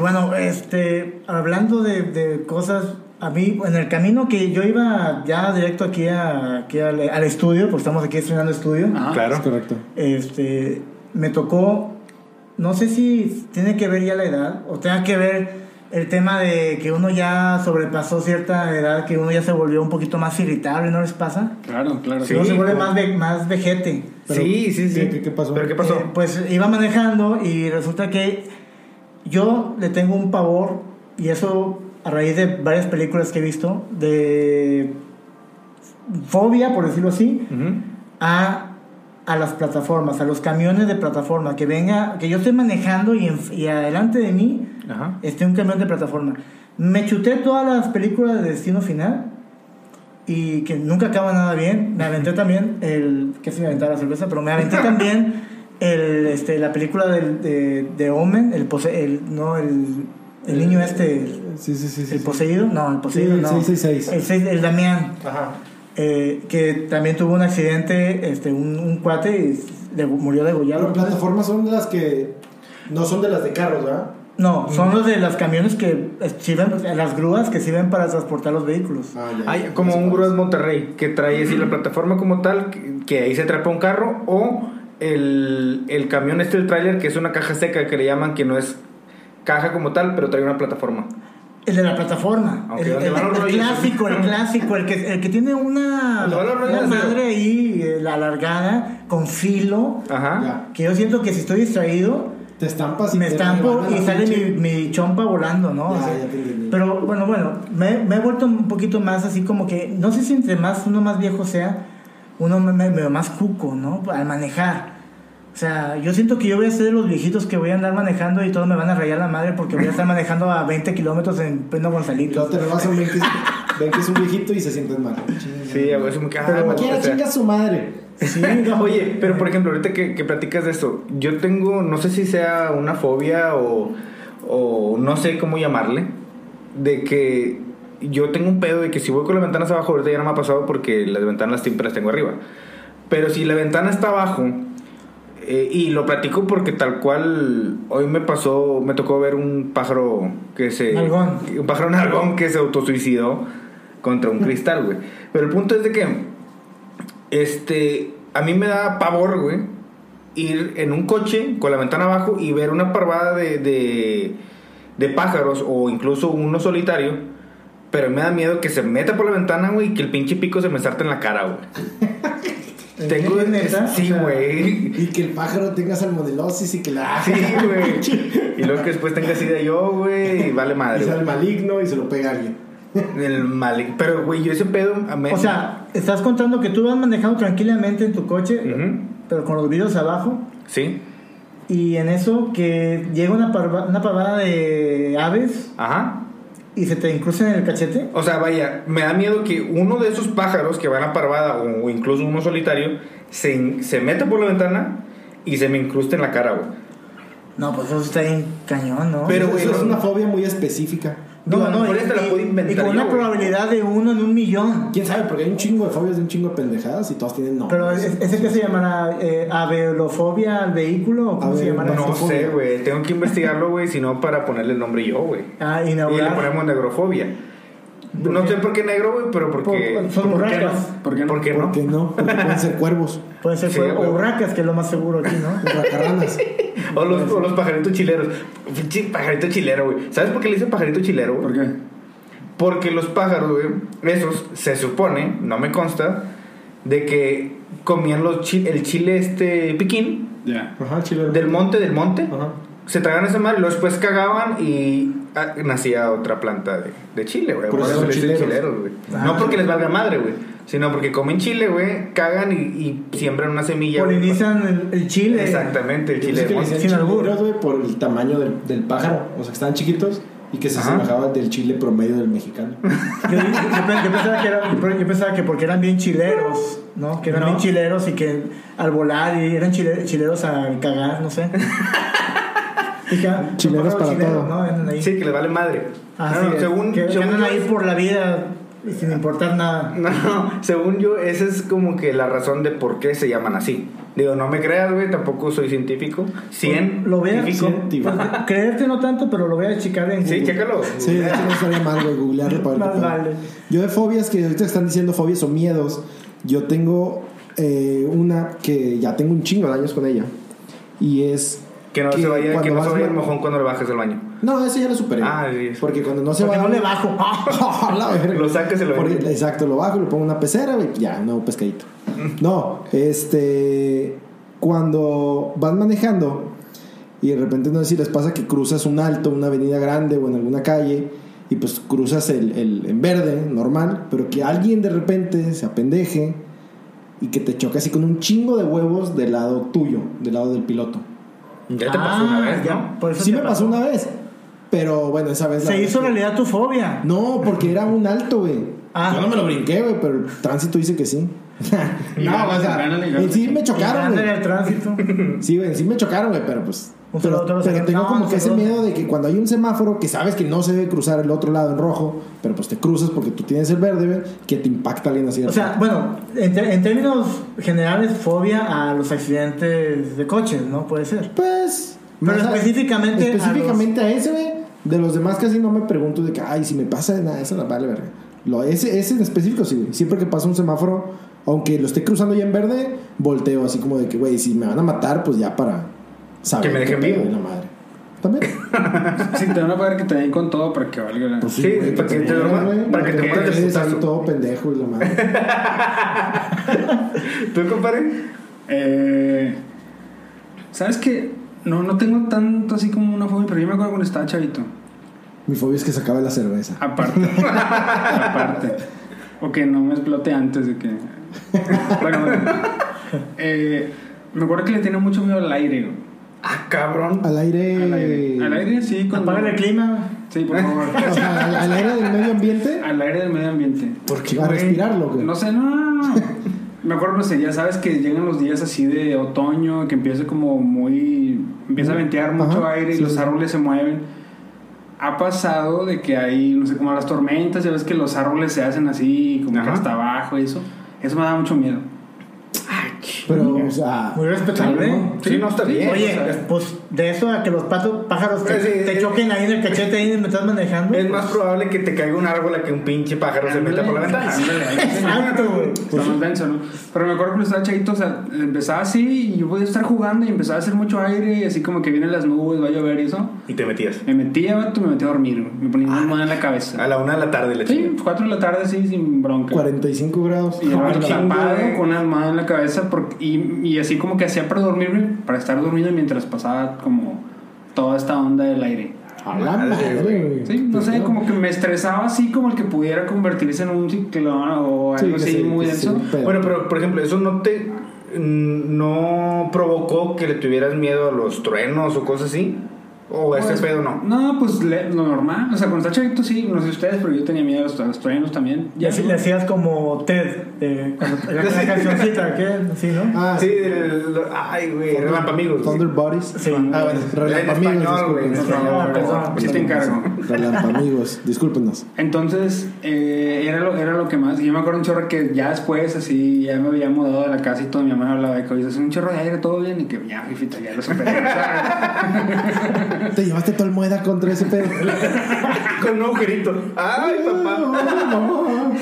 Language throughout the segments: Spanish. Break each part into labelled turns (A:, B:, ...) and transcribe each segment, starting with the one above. A: bueno, este, hablando de, de cosas, a mí, en el camino que yo iba ya directo aquí, a, aquí al, al estudio, porque estamos aquí estrenando estudio,
B: Ajá.
C: Claro.
D: Ah, Es correcto.
A: este, me tocó, no sé si tiene que ver ya la edad o tenga que ver el tema de que uno ya sobrepasó cierta edad, que uno ya se volvió un poquito más irritable, ¿no les pasa?
B: Claro, claro.
A: Que uno se vuelve
C: como-
A: más, ve- más vejete.
D: Pero,
C: pues. sí, sí, sí.
D: ¿qué- qué- qué pasó?
C: ¿Pero qué pasó?
A: Eh, pues iba manejando y resulta que yo le tengo un pavor, y eso a raíz de varias películas que he visto, de fobia, por decirlo así,
C: Ujú.
A: a, a las plataformas, a los camiones de plataforma, que venga, que yo estoy manejando y, en- y adelante de mí
C: Ajá.
A: esté Este, un camión de plataforma. Me chuté todas las películas de Destino Final y que nunca acaba nada bien. Me aventé también el, que se me aventaba la cerveza, pero me aventé también el, este, la película del- de, de Omen, el, pose- el, no, el, el niño este, el,
D: Eh, Sí, sí, sí. sí,
A: el
D: sí.
C: pues,
A: poseído, no, el poseído,
D: el
A: no.
D: 666.
A: El seis- el Damián
D: Ajá.
A: eh, que también tuvo un accidente, este, un, un cuate y s- de- murió degollado.
D: Las plataformas son las que no son de las de carros, ¿verdad?
A: No, son los de las camiones que eh, sirven, o sea, las grúas que sirven para transportar los vehículos.
D: Ah,
C: Hay como un grúas Monterrey que trae así la plataforma como tal, que, que ahí se atrapa un carro, o el, el camión este, el tráiler, que es una caja seca que le llaman, que no es caja como tal, pero trae una plataforma.
A: El de la plataforma.
C: Ok,
A: el,
C: donde
A: el-
C: van los
A: el
C: rollos.
A: clásico, el clásico, el que, el que tiene una,
C: Donde van los rollos,
A: una
C: pero-
A: madre ahí, eh, la alargada, con filo.
C: Ajá.
D: Ya.
A: Que yo siento que si estoy distraído,
D: Te estampas y
A: me
D: te
A: estampo
D: rebanan
A: y
D: la
A: sale
D: pinche-
A: mi, mi chompa volando, ¿no?
D: Ya,
A: O sea,
D: ya te entendí.
A: pero bueno, bueno, me, me he vuelto un poquito más así como que, no sé si entre más uno más viejo sea, uno me, me- me veo más cuco, ¿no? Al manejar. O sea, yo siento que yo voy a ser de los viejitos que voy a andar manejando y todos me van a rayar la madre porque voy a estar manejando a 20 kilómetros en Peno
D: Y luego
A: Gonzalito.
D: te rebasan, ven que, es, ven que es un viejito y se sienten mal.
C: Sí, a veces me queda.
D: Pero
C: ah,
D: como
C: o
D: quiera,
C: sea.
D: chinga su madre.
A: Sí,
C: Oye, pero por ejemplo, ahorita que, que platicas de esto, yo tengo, no sé si sea una fobia o, o no sé cómo llamarle, de que yo tengo un pedo de que si voy con las ventanas abajo, ahorita ya no me ha pasado porque las ventanas siempre las tengo arriba. Pero si la ventana está abajo, eh, y lo platico porque tal cual hoy me pasó, me tocó ver un pájaro que se...
A: Nalgón.
C: Un pájaro nalgón que se autosuicidó contra un cristal, güey. Pero el punto es de que, este, a mí me da pavor, güey, ir en un coche con la ventana abajo y ver una parvada de, de, de pájaros o incluso uno solitario. Pero me da miedo que se meta por la ventana, güey, y que el pinche pico se me salte en la cara, güey. Tengo...
A: ¿Neta?
C: Sí,
A: O sea,
C: güey.
D: Y que el pájaro tenga salmonelosis y que la.
C: Sí, güey. Y luego que después tenga sida yo, güey, y vale
D: Y
C: madre.
D: sale maligno y se lo pega a alguien.
C: güey. El mal... Pero, güey, yo ese pedo... a me-
A: O sea, estás contando que tú vas manejando tranquilamente en tu coche,
C: Ujú.
A: pero con los vidrios abajo.
C: Sí.
A: Y en eso que llega una, parva- una parvada de aves
C: Ajá.
A: y se te incrusta en el cachete.
C: O sea, vaya, me da miedo que uno de esos pájaros que van a parvada o, o incluso uno solitario se, in- se meta por la ventana y se me incruste en la cara, güey.
A: No, pues eso está bien cañón, ¿no?
C: Pero,
D: Eso-
C: güey,
D: eso es
C: no-
D: una fobia muy específica.
C: no, a lo mejor
A: y-
C: esta la
A: y-
C: puedo inventar
A: Y con
C: yo,
A: una
C: güey.
A: probabilidad de uno en un millón.
D: Quién sabe, porque hay un chingo de fobias de un chingo de pendejadas y todos tienen no.
A: Pero es- ese que se llamará eh, abelofobia al vehículo, o ¿cómo se
D: Abel-
A: llamará? este
C: No
D: Aracnofobia.
C: sé, güey. Tengo que investigarlo, güey, si no para ponerle el nombre yo, güey.
A: Ah,
C: Y le
A: inaugurar.
C: ponemos negrofobia. No sé por qué negro, güey, pero porque...
A: Por- son
C: ¿por qué no?
A: burracas.
B: ¿Por qué no?
C: ¿Por qué no?
D: ¿Por qué no? Porque pueden ser cuervos,
A: Pueden ser
C: Sí,
A: fue-
C: güey.
A: o huracas, que es lo más seguro aquí, ¿no?
D: racarranas.
C: O los, o los pajaritos chileros. Pinche pajarito chilero, güey. ¿Sabes por qué le dicen pajarito chilero, güey?
B: ¿Por qué?
C: Porque los pájaros, güey, esos se supone, no me consta, de que comían los chi- el chile este piquín
B: Ya.
D: Ajá, chile.
C: del monte, del monte.
D: Ajá.
C: Se tragaban esa madre, los después cagaban y ah, nacía otra planta de, de chile, güey.
D: Por eso son
C: le dicen
D: chileros.
C: güey.
A: Ah.
C: No porque les valga madre, güey. Sino porque comen chile, güey, cagan y, y siembran una semilla. güey.
A: Polinizan el, el chile.
C: Exactamente, el
D: Yo
C: chile
D: pensé
C: del
D: que le
C: monte.
D: decían
A: Sin albur.
D: chileros, güey, por el tamaño del, del pájaro. O sea, que estaban chiquitos y que se
C: Ajá.
D: semejaba del chile promedio del mexicano.
A: Yo, yo- yo pe- yo pensaba que era- yo pensaba que porque eran bien chileros, ¿no? Que eran
D: No.
A: bien chileros y que al volar y eran chile- chileros al cagar, no sé. Dije, ah, son
D: Chileros
A: pájaros
D: para todo.
A: ¿no? Andan ahí.
D: Ah,
C: Sí, que les vale madre.
A: Así
C: No, no,
A: es,
C: según,
A: que, que
C: según
A: andan
C: yo-
A: ahí por la vida y sin importar nada.
C: No, según yo, esa es como que la razón de por qué se llaman así. Digo, no me creas, güey, tampoco soy científico. 100.
A: Lo voy a
D: Científico.
A: pues, creerte no tanto, pero lo voy a checar en
C: Sí,
A: Google.
C: chécalo.
D: Sí, de hecho no estaría mal, güey, googlearlo para ver
A: Más
D: qué pedo.
A: vale.
D: Yo de fobias, que ahorita están diciendo fobias o miedos, yo tengo eh, una que ya tengo un chingo de años con ella. Y es...
C: Que no se vaya, que no
D: cuando
C: se
D: vas
C: vaya el
D: ma-
C: mojón cuando le bajes del baño.
D: No, eso ya lo superé.
C: Ah, sí, sí.
D: Porque cuando no se
A: Porque
D: va...
A: no le bajo.
D: La verga.
C: Lo sacas y lo
D: Porque-
C: vendes.
D: Exacto, lo bajo, le pongo una pecera, güey, ya, no, pescadito. No, este. Cuando van manejando y de repente no sé si les pasa que cruzas un alto, una avenida grande o en alguna calle y pues cruzas el, el- en verde, normal, pero que alguien de repente se apendeje y que te choque así con un chingo de huevos del lado tuyo, del lado del piloto.
C: Ya te pasó una
A: Ah,
C: vez,
A: ya,
C: ¿no?
A: por eso
D: Sí
A: te
D: me pasó una vez, pero bueno, esa vez. la
A: Se
D: verdad
A: hizo
D: es que-
A: realidad tu fobia.
D: no, porque era un alto, güey.
A: Ah.
D: Yo no me lo brinqué, güey, pero el tránsito dice que sí.
B: Y
D: no,
B: ganas,
D: o sea,
B: ganas, ganas.
D: en sí me chocaron,
A: Anda en
D: güey.
A: el tránsito.
D: Sí, güey, en sí me chocaron, güey, pero pues.
A: Un saludo
D: Pero,
A: a todos los
D: pero
A: señores.
D: tengo
A: No,
D: como
A: un
D: que ese
A: saludo.
D: miedo de que cuando hay un semáforo que sabes que no se debe cruzar el otro lado en rojo, pero pues te cruzas porque tú tienes el verde, güey, que te impacta alguien así. de
A: O sea,
D: repente.
A: bueno, en, te- en términos generales, fobia a los accidentes de coches, ¿no? Puede ser.
D: pues.
A: Pero
D: más a-
A: específicamente a
D: Específicamente a, ese, güey. De los demás casi no me pregunto de que, ay, si me pasa de nada, eso no vale verga. Lo, ese, ese en específico sí, güey. Siempre que pasa un semáforo, aunque lo esté cruzando ya en verde, volteo así como de que, güey, si me van a matar, pues ya para saber.
C: Que me dejen
D: qué pedo,
C: vivo.
D: La madre. También.
B: Si te van a pagar que te den con todo para que valga la...
D: Pues
C: Sí,
D: güey,
C: para que te
D: mueras,
C: duerma-
D: güey,
C: para que te mueras de
D: quedes ahí
C: putazo.
D: todo pendejo y la madre.
C: ¿Tú, compadre?
B: Eh, ¿Sabes qué? No, no tengo tanto así como una fobia, pero yo me acuerdo cuando estaba chavito.
D: Mi fobia es que se acabe la cerveza.
B: Aparte. aparte. O que no me explote antes de que. Bueno, bueno. Eh, me acuerdo que le tenía mucho miedo al aire. güey.
C: Ah, cabrón.
D: Al aire.
B: Al aire. Al aire, sí. Cuando...
A: Apaga el clima.
B: Sí, por favor.
D: O sea, al, al aire del medio ambiente.
B: al aire del medio ambiente.
C: ¿Por qué,
D: A
C: güey?
D: respirarlo, güey.
B: No sé, no, no, no. Me acuerdo, no sé, ya sabes que llegan los días así de otoño, que empieza como muy. empieza a ventear mucho
D: Ajá,
B: aire y
D: sí,
B: los
D: sí.
B: árboles se mueven. Ha pasado de que hay, no sé, como las tormentas, ya ves que los árboles se hacen así, como que
C: Ajá.
B: hasta abajo y eso. Eso me da mucho miedo.
D: Pero, o sea.
A: Muy respetable.
D: calma.
C: Sí, no está bien.
A: Oye,
C: o sea,
A: pues de eso a que los patos, pájaros te,
C: Sí, sí,
A: te
C: sí.
A: choquen ahí en el cachete ahí me estás manejando.
C: es más probable que te caiga un árbol a que un pinche pájaro se meta por la ventana.
A: Exacto, güey.
B: Está más denso, ¿no? Pero me acuerdo cuando estaba chavito, o sea, empezaba así y yo podía estar jugando y empezaba a hacer mucho aire, y así como que vienen las nubes, va a llover y eso.
C: Y te metías.
B: Me metía, vato, me metía a dormir, güey. me ponía una
C: Ah,
B: almohada en la cabeza.
C: A la una de la tarde, la
B: Sí,
C: chica.
B: 4 de la tarde, sí, sin bronca.
D: 45 grados.
B: Y era
D: Ah,
B: un
D: la-
B: chingado
C: güey.
B: con una almohada en la cabeza porque, y, y así como que hacía para dormirme, para estar dormido mientras pasaba como toda esta onda del aire.
D: A la madre, güey.
B: Sí, no sé,
D: Pero-
B: como que me estresaba así como el que pudiera convertirse en un ciclón o
D: Sí,
B: algo
D: que
B: así
D: sí,
B: muy
D: que sí,
B: denso.
D: pero-
C: Bueno, pero por ejemplo, eso no te. mm, No provocó que le tuvieras miedo a los truenos o cosas así. O a
B: Pues,
C: este pedo no.
B: No, pues le- lo normal. O sea, cuando está chavito sí, no sé ustedes, pero yo tenía miedo a los, a los truenos también.
A: Y así le hacías como Ted, eh, cuando era la cancioncita, ¿qué? Sí, ¿no?
D: Ah,
C: Sí, el- ay, güey, relámpagos.
D: Thunder Bodies.
A: Sí.
D: Ah,
C: En
D: bueno,
C: español,
D: Relampamigos.
C: güey, en
D: disculpen.
C: español,
A: Ah, perdón.
B: Yo te encargo.
D: Relampamigos, discúlpenos.
B: Entonces, eh, era, lo, era lo que más. Yo me acuerdo un chorro que ya después, así, ya me había mudado de la casa y todo. Mi mamá me hablaba de que, oye, hace un chorro de aire, todo bien. Y que, ya, jefita, ya lo superé.
D: Te llevaste tu almohada contra ese pedo.
C: Con un agujerito. Ay, papá.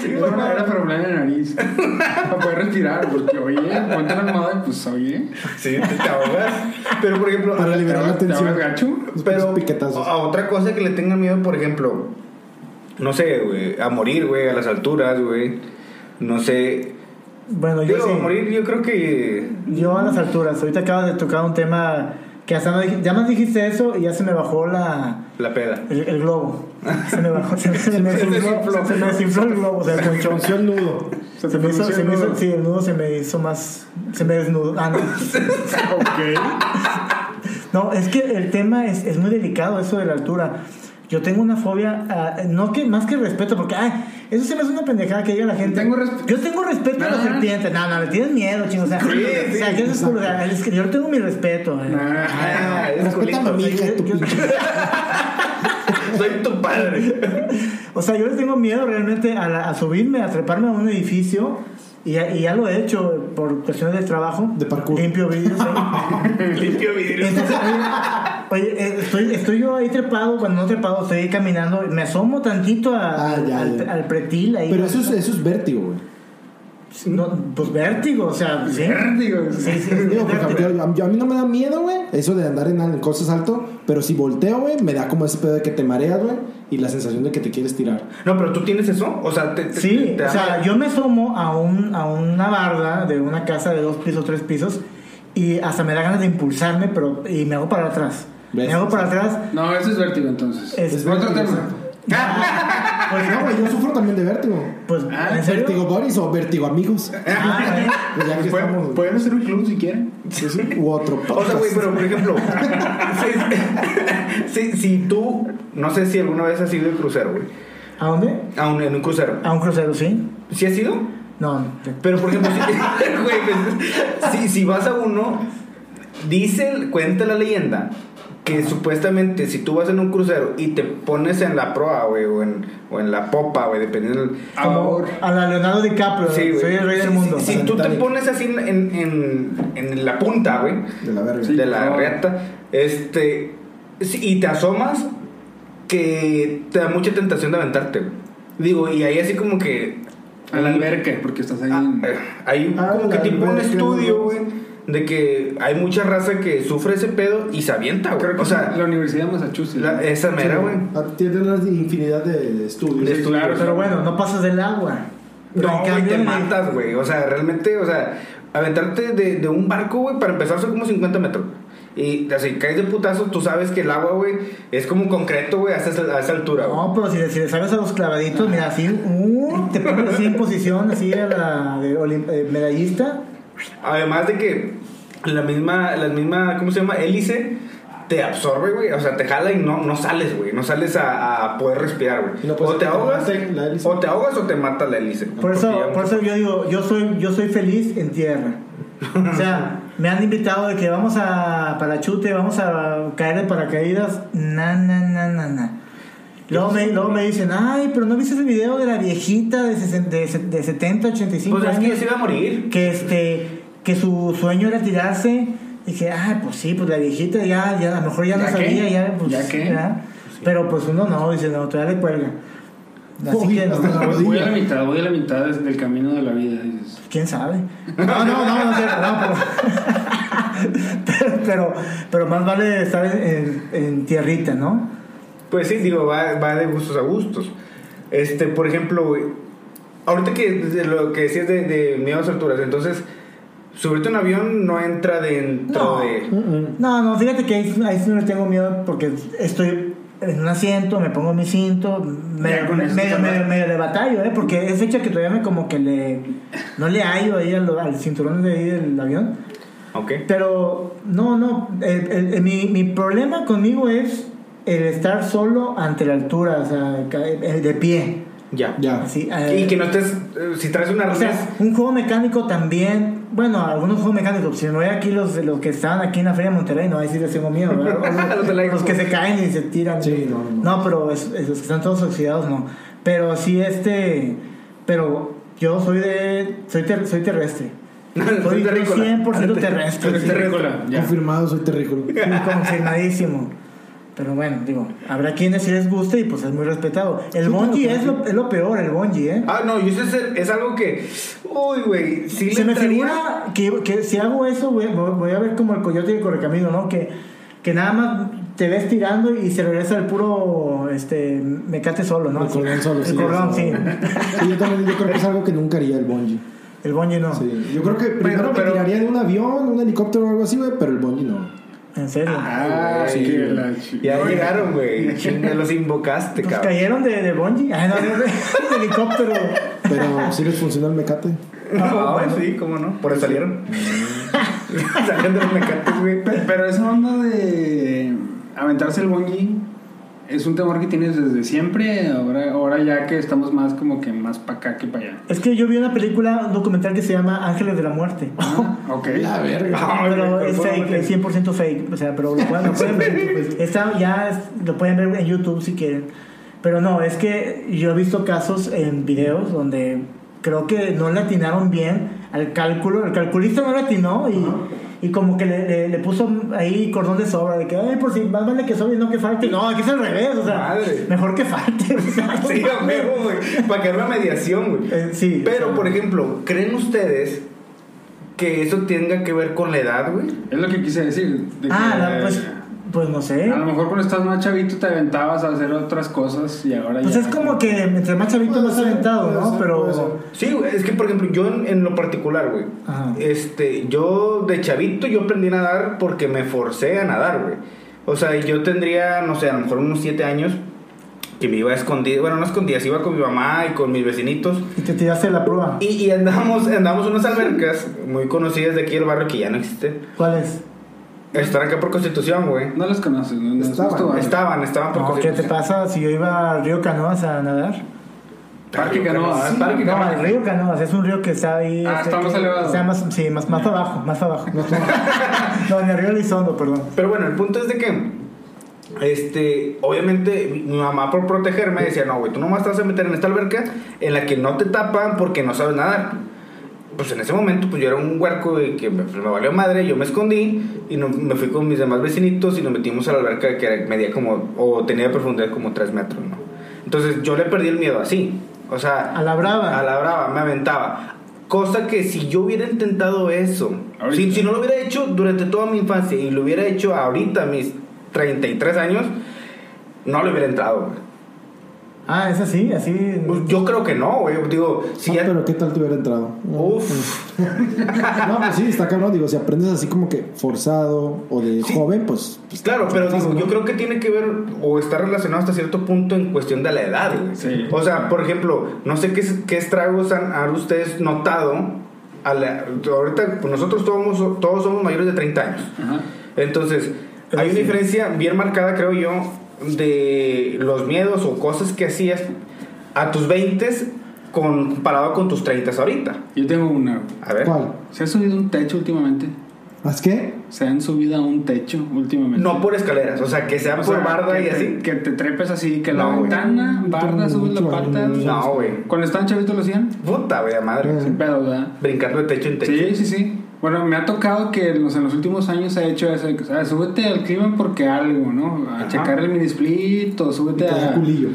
B: Sí, bueno, era para hablar en la nariz. Para poder respirar, porque, oye, ponte la almohada y pues, oye.
C: Sí, te, te ahogas. Pero por ejemplo,
D: Para liberar la
B: ¿Te
D: tensión.
B: hagas gacho?
C: pero
D: Los piquetazos.
C: a otra cosa que le tengan miedo, por ejemplo, no sé, güey, a morir, güey, a las alturas, güey. No sé.
A: Bueno, yo
C: Digo,
A: sí.
C: a morir, yo creo que.
A: Yo a las alturas, ahorita acabas de tocar un tema que hasta no dij- ya más dijiste eso y ya se me bajó la
C: La peda.
A: el, el globo. Se me bajó, se, se me desinfló, se me desinfló el globo, se me ponchó.
D: Torció el nudo.
A: Se, me hizo, se me hizo, sí, el nudo se me hizo más, se me desnudó. Ah, no. No, es que el tema es, es muy delicado, eso de la altura. Yo tengo una fobia, ah, no que más que respeto, porque ay, eso se me hace una pendejada que diga la gente.
B: Tengo resp-
A: yo tengo respeto a las
B: Nah.
A: serpientes. No, no, le tienes miedo, chino. O sea, o sea, ¿qué es eso? O sea, es que yo tengo mi respeto. eh.
C: Ah, es
D: Respétame a mi
C: culito.
D: hija, tu
A: Yo-
D: pinche.
C: Soy tu padre.
A: O sea, yo les tengo miedo realmente a, la- a subirme, a treparme a un edificio. Y ya, y ya lo he hecho por cuestiones de trabajo.
D: De parkour.
A: Limpio vidrios. ahí.
C: Limpio vidrio.
A: Entonces, oye, oye, eh, estoy, estoy yo ahí trepado, cuando no trepado, estoy ahí caminando. Me asomo tantito a-
D: Ah, ya,
A: al,
D: ya.
A: al pretil ahí.
D: Pero eso es, eh, eso es vértigo, güey.
A: No, pues vértigo, o sea, sí.
B: Vértigo.
A: Sí, sí, sí,
D: Digo, pues, por ejemplo,
A: vértigo.
D: yo, yo- a mí no me da miedo, güey, eso de andar en, en cosas alto, pero si volteo, güey, me da como ese pedo de que te mareas, güey, y la sensación de que te quieres tirar.
C: No, pero tú tienes eso. O sea, te. te-
A: Sí,
C: te da
A: o sea,
C: miedo.
A: yo me asomo a, un, a una barda de una casa de dos pisos, tres pisos, y hasta me da ganas de impulsarme, pero y me hago para atrás.
D: ¿Ves?
A: Me hago para atrás.
B: No, eso es vértigo entonces.
A: Es
B: Es otro
D: vértigo,
B: tema.
D: exacto.
A: Ah, pues
D: No, güey, yo sufro también de vértigo.
A: Pues,
B: Ah,
A: ¿en serio?
D: Vértigo Boris o vértigo amigos.
A: Ah, ¿eh?
D: Pues ya que
B: Pueden-
D: estamos, güey.
B: Pueden hacer un club si quieren.
D: Pues, U otro
C: O sea,
D: podcast.
C: güey, pero por ejemplo, si, si- si tú, no sé si alguna vez has ido de crucero, güey,
A: ¿A dónde?
C: a un, en un crucero.
A: A un crucero, sí.
C: ¿Sí has ido?
A: No, no.
C: Pero por ejemplo, si, güey, pues, si, si vas a uno, dice, cuenta la leyenda que supuestamente si tú vas en un crucero y te pones en la proa, güey, o en, o en la popa, güey, dependiendo del...
B: Amor.
A: a la Leonardo DiCaprio,
C: Sí, güey.
A: soy el rey del
C: Si-
A: mundo.
C: Si, si tú te pones así en, en- en- en la punta, güey,
D: De la verga.
B: Sí.
C: de la
B: claro.
C: reata, este, sí, y te asomas, que te da mucha tentación de aventarte, güey. Digo, y ahí así como que...
B: A la alberca, porque estás ahí.
C: Ah,
B: en-
C: eh, Hay
D: Ah,
C: como que
D: la
C: tipo un
D: alberca,
C: estudio,
D: güey.
C: güey, de que hay mucha raza que sufre ese pedo y se avienta, güey.
B: Ah, Creo que
C: O sea,
B: la eh, Universidad de Massachusetts.
C: la- esa mera, güey.
D: Ah, Tiene una infinidad de, de estudios.
C: De-
B: claro.
A: Pero bueno, no pasas del agua. Pero
C: No,
A: en
C: güey,
A: cambio
C: te
A: en el-
C: matas, güey. O sea, realmente, o sea, aventarte de, de un barco, güey, para empezar son como 50 metros. Y así caes de putazo, tú sabes que el agua, güey, es como concreto, güey, a esa, a esa altura, güey.
A: No, pero si le, si le sabes a los clavaditos, mira, así, uh, te pones así en posición, así a la de olim- eh, medallista.
C: Además de que la misma, la misma, ¿cómo se llama? Hélice te absorbe, güey. O sea, te jala y no, no sales, güey. No sales a, a poder respirar, güey.
D: Y no puede
C: o
D: ser
C: te
D: que te
C: ahogas,
D: mate la hélice.
C: o te ahogas o te mata la hélice.
A: Por eso,
C: Porque ya-
A: por eso yo digo, yo soy, yo soy feliz en tierra. O sea, me han invitado de que vamos a parachute, vamos a caer de paracaídas. Na, na, na, na, na. Luego me, luego me dicen, ay, pero no viste ese video de la viejita de, sesen- de, se- de 70, 85
C: Pues es que
A: años.
C: ya se iba a morir.
A: que este que su sueño era tirarse dije ah pues sí pues la viejita ya ya a lo mejor ya no
B: ¿Ya qué?
A: sabía ya pues
B: ¿Ya qué?
A: ¿verdad? pero pues uno no dice no todavía le cuelga así
D: Uy,
A: que no,
D: hasta la-
B: Pues Voy a la mitad, voy a la mitad des- del camino de la vida. dices.
A: quién sabe no no no no, es cierto, no, pero, pero pero más vale estar en, en- en tierrita no
C: Pues sí, digo, va, va de gustos a gustos. Este, por ejemplo, güey, ahorita que de lo que decías de, de miedo a las alturas, entonces, subirte a un avión no entra
A: No.
C: dentro de...
D: Mm-mm.
A: no no fíjate que ahí, ahí sí no le tengo miedo porque estoy en un asiento, me pongo mi cinto,
B: Ya
A: medio,
B: con eso
A: medio,
B: te
A: medio,
B: va.
A: medio le batallo, ¿eh? Porque es fecha que todavía me como que le... No le hallo ahí al, al cinturón de ahí del avión.
C: Ok.
A: Pero, no, no. el- el- el- mi, mi problema conmigo es el estar solo ante la altura, o sea, ca- el de pie.
C: Ya.
D: Ya.
A: Así, eh,
C: Y que no estés, eh, si traes una
A: o
C: rueda
A: sea, un juego mecánico también. Bueno, algunos juegos mecánicos. Si me voy aquí, los, los que estaban aquí en la Feria de Monterrey, no, ahí sí les tengo miedo. ¿verdad? O
C: Los de la
A: los, los que se caen y se tiran.
D: Sí, no, no.
A: No, pero es- es- los que están todos oxidados, no. Pero sí, este. Pero yo soy de. Soy, ter- soy terrestre. Soy
C: terrícola.
A: 100% terrestre.
B: Pero
A: sí,
B: terrícola, ya.
D: Confirmado, soy terrícola.
A: sí, confirmadísimo. Pero bueno, digo, habrá quienes sí les guste y pues es muy respetado. El
D: Sí, claro,
A: bungee
D: claro,
A: es, lo, es lo peor, el bungee, ¿eh?
C: Ah, no, y eso es, es algo que. Uy, güey. Sí
A: se
C: le
A: me
C: entraría-
A: figura que, que si hago eso, voy, voy- voy a ver como el coyote y el correcamino, ¿no? Que, que nada más te ves tirando y se regresa el puro este, mecate solo, ¿no?
D: El cordón solo,
A: El
D: sí,
A: cordón,
D: eso.
A: sí.
D: Sí, yo también yo creo que es algo que nunca haría el bungee.
A: El bungee no.
D: Sí, yo creo que primero me
C: pero-
D: tiraría de un avión, un helicóptero o algo así, güey, pero el bungee no.
A: En serio.
B: Ah,
C: Sí,
B: que
C: güey.
B: la chi-
C: Ya
B: Oiga.
C: llegaron, güey. Chinga, los invocaste,
A: Pues
C: este cabrón.
A: cayeron de, de bungee. Ay, no, de, de helicóptero.
D: Pero sí les funciona el mecate.
C: Ah,
A: bueno.
C: sí, cómo no. Por eso salieron. Salieron de los mecates, güey.
B: Pe- Pero esa onda de aventarse el bungee es un temor que tienes desde siempre. Ahora, ahora ya que estamos más como que más para acá que para allá.
A: Es que yo vi una película, un documental que se llama Ángeles de la Muerte.
B: Ah, ok.
D: La verga.
C: Ay,
A: pero
C: güey,
A: es
C: por
A: fake,
C: favor,
A: es 100% pues, fake. O sea, pero lo pueden, lo pueden ver. Está, ya es- lo pueden ver en YouTube si quieren. Pero no, es que yo he visto casos en videos donde creo que no le atinaron bien al cálculo. El calculista no le atinó y, y como que le, le- le puso ahí cordón de sobra. De que, ay, por si más vale que sobre y no que falte. No, aquí es al revés. O sea,
C: Madre.
A: mejor que falte. o sea, no
C: Sí,
A: mames.
C: a huevo, güey. Para que haga mediación, güey.
A: Eh, sí, o
C: Pero,
A: sea,
C: por ejemplo, ¿creen ustedes que eso tenga que ver con la edad, güey?
B: Es lo que quise decir. de
A: Ah,
B: que,
C: eh,
A: la- pues, pues no sé.
B: A lo mejor cuando estás más chavito te aventabas a hacer otras cosas y ahora
A: Pues
B: ya.
A: es como que entre más chavito
D: Puede
A: más
D: ser,
A: aventado,
D: puede
A: ¿no?
D: ser,
A: Pero...
D: puede ser.
C: Sí, güey, es que, por ejemplo, yo en, en lo particular, güey.
B: Ah.
A: Ajá.
C: Este, yo de chavito yo aprendí a nadar porque me forcé a nadar, güey. O sea, yo tendría, no sé, a lo mejor unos 7 años que me iba a escondir, bueno, no escondidas, iba con mi mamá y con mis vecinitos.
A: Y te tiraste la prueba.
C: Y, y andábamos, andábamos en unas albercas muy conocidas de aquí del barrio que ya no existen.
A: ¿Cuál es?
C: Están acá por constitución, güey.
B: No las conoces, no, no es
D: Estaban,
B: tu barrio.
C: Estaban, estaban
B: Ah,
C: por
A: No, ¿Qué te
C: constitución.
A: pasa si yo iba al río Canoas a nadar?
B: Ah, Parque Canoas,
C: Sí,
B: Parque
A: No,
B: Canoas.
A: al río Canoas, es un río que está ahí.
B: Ah,
A: este,
B: está más
A: que-
B: elevado.
A: Está más, sí, más, más abajo, más abajo. No, no, en el río Elizondo, perdón.
C: Pero bueno, el punto es de que, este, obviamente mi mi mamá por protegerme decía, no, güey, tú nomás te vas a meter en esta alberca en la que no te tapan porque no sabes nadar. Pues en ese momento, pues yo era un huerco y que me, me valió madre, yo me escondí y no- me fui con mis demás vecinitos y nos metimos a la alberca que era- medía como, o tenía profundidad como 3 metros, ¿no? Entonces yo le perdí el miedo así, o sea...
A: A la brava.
C: A la brava, me aventaba. Cosa que si yo hubiera intentado eso,
B: Ahorita.
C: si, si no lo hubiera hecho durante toda mi infancia y lo hubiera hecho ahorita, a mis 33 años, no lo hubiera entrado. güey.
A: Ah, es así, así.
C: Pues Yo creo que no, güey. Digo, si
D: Ah,
C: ya.
D: Pero qué tal te hubiera entrado.
C: Uf.
D: No, pues sí, está cabrón. Digo, si aprendes así como que forzado o de
C: Sí.
D: joven, pues.
C: Pues Claro, pero digo, yo creo que tiene que ver o está relacionado hasta cierto punto en cuestión de la edad, güey.
B: Sí.
C: O sea, por ejemplo, no sé qué, es- qué estragos han, han ustedes notado. a la- ahorita, pues nosotros todos, somos- todos somos mayores de 30 años.
B: Ajá.
C: Entonces, hay una diferencia bien marcada, creo yo, de los miedos o cosas que hacías a tus 20 comparado con tus 30 ahorita.
B: Yo tengo una. güey.
C: A ver.
D: ¿Cuál?
B: ¿Se ha subido a un techo últimamente?
D: ¿Haz qué?
B: ¿Se han subido a un techo últimamente?
C: No por escaleras, o sea, que sea
B: O
C: por
B: sea,
C: barda
B: que
C: y
B: te-
C: así.
B: Que te trepes así, que la
C: No, güey.
B: ventana, barda, subes la pata.
C: No, güey.
B: Cuando estaban chavitos lo hacían.
C: Puta, güey, madre.
B: Sin pedo, ¿verdad?
C: Brincando de techo en techo.
B: Sí, sí, sí. Bueno, me ha tocado que en los, en los últimos años se ha hecho eso. de que, O sea, súbete al clima porque algo, ¿no? A
C: Ajá.
B: checar el mini split o súbete
D: Te da
B: a.
D: Pues, culillo.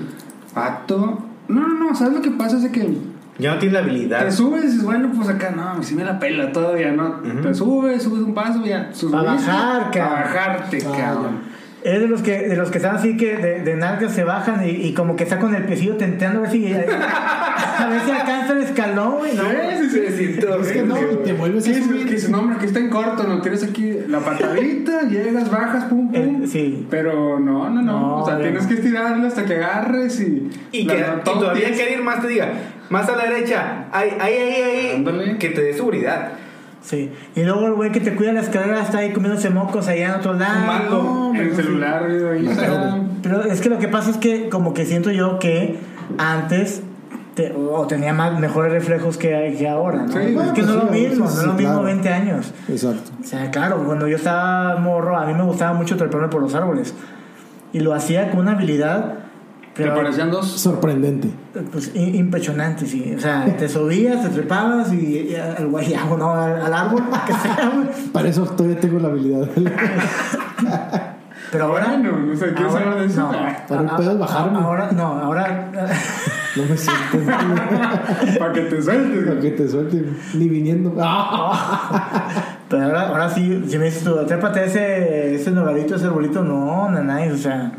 B: Pato. No, no, no. ¿Sabes lo que pasa? Es de que
C: Ya no tiene la habilidad.
B: te subes y dices, bueno, pues acá no, si me la pela todavía, ¿no? Te subes, subes un paso, ya. Subes,
A: Pa' bajar,
B: pa'
A: cabrón.
B: bajarte,
D: Ah,
B: cabrón.
A: Es de los que, de los que están así que de, de nalgas se bajan y, y como que está con el piecillo tenteando a ver si. A ver si alcanza el escalón, güey, ¿no?
B: Sí, sí, sí, sí, todo
D: Es que
B: bien,
D: no,
B: sí,
D: y
B: güey.
D: te vuelves a
B: Sí, sí,
D: subir.
B: que dices, no, hombre, que está en corto, no tienes aquí la patadita, llegas, bajas, pum, pum.
A: Eh, sí.
B: Pero no, no, no.
A: No,
B: o sea,
A: ya
B: tienes
A: no.
B: que estirarlo hasta que agarres y.
C: Y
B: la-
C: que
B: la-
C: y
B: todo
C: todavía
B: tienes-
C: quiere ir más, te diga, más a la derecha, ahí, ahí, ahí, ahí.
B: Ándale.
C: Que te dé seguridad.
A: Sí. Y luego el güey que te cuida la escalera está ahí comiéndose mocos allá en otro lado.
C: Fumando
A: No, hombre,
B: El
A: no, sí.
B: celular, video, Instagram.
A: Pero es que lo que pasa es que como que siento yo que antes te- o tenía más, mejores reflejos que, que ahora, ¿no?
B: Sí,
A: es
B: bueno,
A: que no
D: sí,
A: es lo
D: sí,
A: mismo,
D: sí,
A: no es lo
D: sí,
A: mismo
D: claro.
A: 20 años.
D: Exacto.
A: O sea, claro, cuando yo estaba morro, a mí me gustaba mucho treparme por los árboles. Y lo hacía con una habilidad...
B: Te
A: pero-
B: parecían dos.
D: Sorprendente.
A: pues i- impresionante, sí. O sea, te subías, te trepabas y, y al guayabo, ¿no? Al, al árbol, que sea, güey.
D: Para eso todavía tengo la habilidad.
A: Pero ahora.
B: Bueno, no sé, ¿quieres
A: ahora-
B: hablar de eso?
A: no.
D: Pero
A: Ah,
D: puedes
A: ah,
D: bajarme.
A: Ahora, no, ahora.
D: No me siento.
B: Para que te sueltes,
D: Para
B: güey.
D: que te suelte. Ni viniendo. Ah,
A: Pero ahora, ahora sí, si me dices tú, trépate ese, ese nogalito, ese arbolito, no, nanay, o sea.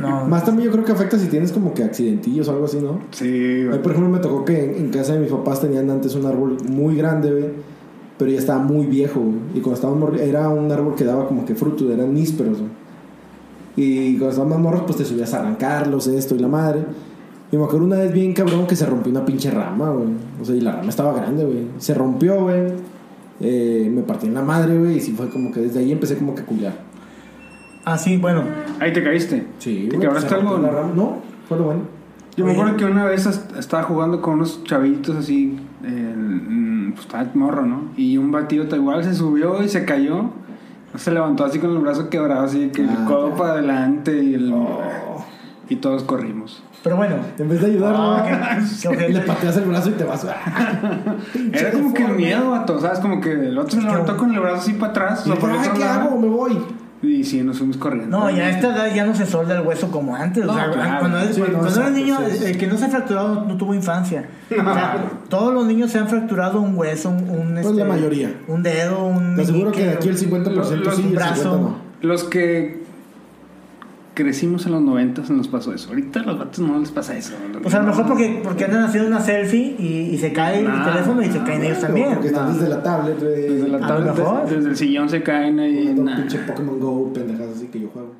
A: No.
D: Más también yo creo que afecta si tienes como que accidentillos o algo así, ¿no?
B: Sí,
D: A mí,
B: güey.
D: por ejemplo, me tocó que en, en casa de mis papás tenían antes un árbol muy grande, güey, pero ya estaba muy viejo. güey. Y cuando estábamos morri- era un árbol que daba como que fruto, eran nísperos. güey. Y cuando estábamos más morros, pues te subías a arrancarlos, esto y la madre. Y me acuerdo una vez bien cabrón que se rompió una pinche rama, güey. O sea, y la rama estaba grande, güey. Se rompió, güey. Eh, me partí en la madre, güey. Y sí fue como que desde ahí empecé como que a culiar.
A: Ah, sí, bueno.
B: Ahí te caíste.
D: Sí,
B: ¿Te
D: güey, pues,
B: quebraste
D: se rompió
B: algo?
D: la rama. No, fue lo bueno.
B: Yo me
A: Oye.
B: acuerdo que una vez est- estaba jugando con unos chavitos así, el- mm, pues estaba morro, ¿no? Y un batido igual se subió y se cayó. Se levantó así con el brazo quebrado, así que
D: Ah,
B: el codo
D: ya.
A: Oh.
B: para adelante y el... y todos corrimos.
A: Pero bueno.
D: En vez de ayudarlo,
A: Ah, qué- qué ojete.
D: le pateas el brazo y te vas.
B: Era como que miedo, vato, ¿sabes? Como que el otro se
A: que-
B: levantó con el brazo así para atrás.
D: Y
B: o por
D: dices, "Ay,
B: otro
D: ¿qué
B: lado.
D: hago? Me voy.
B: Y sí, nos fuimos corriendo.
A: No, ya este a esta edad ya no se solda el hueso como antes.
B: No,
A: o sea,
B: claro.
A: cuando,
D: Sí,
A: cuando
D: no,
A: era
D: exacto,
A: niño,
D: sí, sí.
A: el que no se ha fracturado no, no tuvo infancia. O sea, todos los niños se han fracturado un hueso, un, un, este,
D: Pues la mayoría.
A: un dedo, un.
D: Te aseguro que de
A: meñique,
D: aquí el 50%
B: Los
D: sí, el
A: brazos.
D: 50% no.
B: Los que crecimos en los noventas nos pasó eso. Ahorita a los vatos no les pasa eso.
A: Pues a lo mejor porque, porque andan haciendo una selfie y, y se cae
B: Nah,
A: el teléfono y se
B: nah,
A: caen ellos
D: Digo,
A: también.
D: Porque están
B: no.
D: desde la tablet, güey.
B: Desde la
A: lo
B: tablet,
A: mejor.
B: desde, desde el sillón se caen ahí.
D: Jugando
B: nah.
D: pinche Pokémon Go, pendejadas así que yo juego.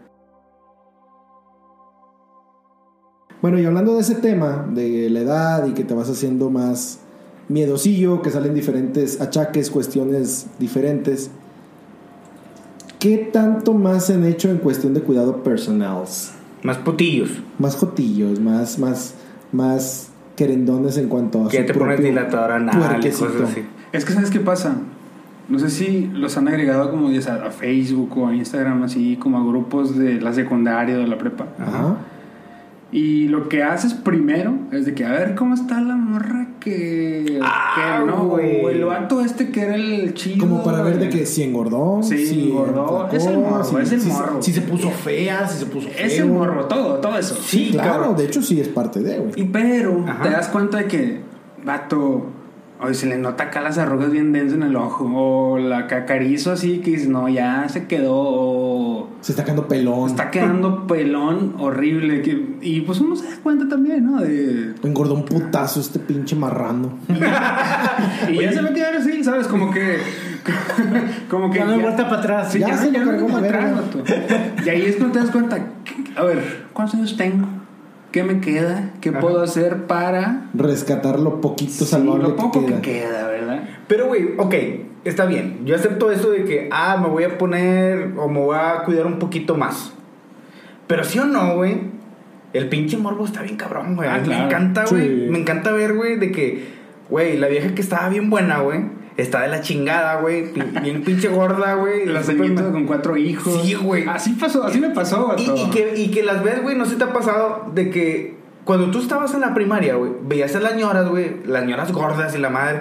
D: Bueno, y hablando de ese tema, de la edad y que te vas haciendo más miedosillo, que salen diferentes achaques, cuestiones diferentes. ¿Qué tanto más han hecho en cuestión de cuidado personal?
C: Más putillos.
D: Más jotillos, más, más, más querendones en cuanto a
C: Que
D: su
C: te pones
D: propio
C: dilatador anal y
D: puerquecito.
C: cosas así.
B: Es que ¿sabes qué pasa? No sé si los han agregado como ya sabes, a Facebook o a Instagram, así como a grupos de la secundaria o de la prepa.
D: Ajá.
B: Y lo que haces primero es de que a ver cómo está la morra que.
C: Ah,
B: que no,
C: güey.
B: o el vato este que era el chido.
D: Como para ver de
B: güey.
D: que si engordó,
B: Sí,
D: si
B: engordó. Es el morro,
D: si-
B: es el
D: si-
B: morro.
D: Si se puso fea, si se puso feo.
B: Es el morro, todo, todo eso.
D: Sí, claro,
C: cabrón.
D: de hecho sí es parte de, güey.
B: Y pero
C: Ajá.
B: te das cuenta de que, vato, hoy se le nota acá las arrugas bien densas en el ojo. O la cacarizo así que dices, no, ya se quedó. O
D: Se está quedando pelón.
B: está quedando pelón horrible. Que, y pues uno se da cuenta también, ¿no? De,
D: Engordó un putazo este pinche marrano.
B: y ya se va a quedar así, ¿sabes? Como que. Como que.
A: Ya no hay vuelta para atrás.
B: Sí, ya,
D: Ya se
B: ya
D: lo
B: no
D: cargó
B: hay
D: la
B: vuelta
D: verga.
B: atrás, vato. Y ahí es cuando te das cuenta. A ver, ¿cuántos años tengo? ¿Qué me queda? ¿Qué puedo hacer para.?
D: Rescatar lo poquito
B: Sí,
D: salvable
B: lo poco
D: que queda.
B: ¿verdad?
C: Pero, güey, ok, está bien. Yo acepto eso de que, ah, me voy a poner o me voy a cuidar un poquito más. Pero sí o no, güey, el pinche morbo está bien cabrón, güey.
B: Ah,
C: A mí
B: claro.
C: Me encanta,
D: Sí.
C: güey. Me encanta ver, güey, de que, güey, la vieja que estaba bien buena, güey, está de la chingada, güey. pin- Bien pinche gorda, güey.
B: La
C: Superman.
B: señorita con cuatro hijos.
C: Sí, güey.
B: Así pasó, así me pasó,
C: Y,
B: vato.
C: y que, y que las ves, güey, no se te ha pasado de que cuando tú estabas en la primaria, güey, veías a las ñoras, güey, las ñoras gordas y la madre,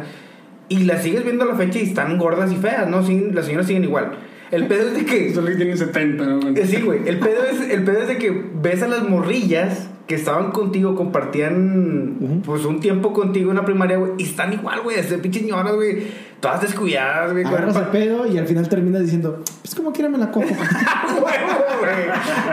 C: y las sigues viendo a la fecha y están gordas y feas, ¿no? Siguen- las señoras siguen igual. El pedo es de que.
B: Solo que tiene 70, ¿no?
C: eh, Sí, güey. El pedo es, el pedo es de que ves a las morrillas que estaban contigo, compartían
D: Ujú.
C: pues un tiempo contigo en la primaria, güey, y están igual, güey, desde pinches ñoras, güey, todas descuidadas, güey. con el
D: Agarras el
C: pa-
D: pedo y al final terminas diciendo, pues como quiera me la cojo.
C: Ah, güey,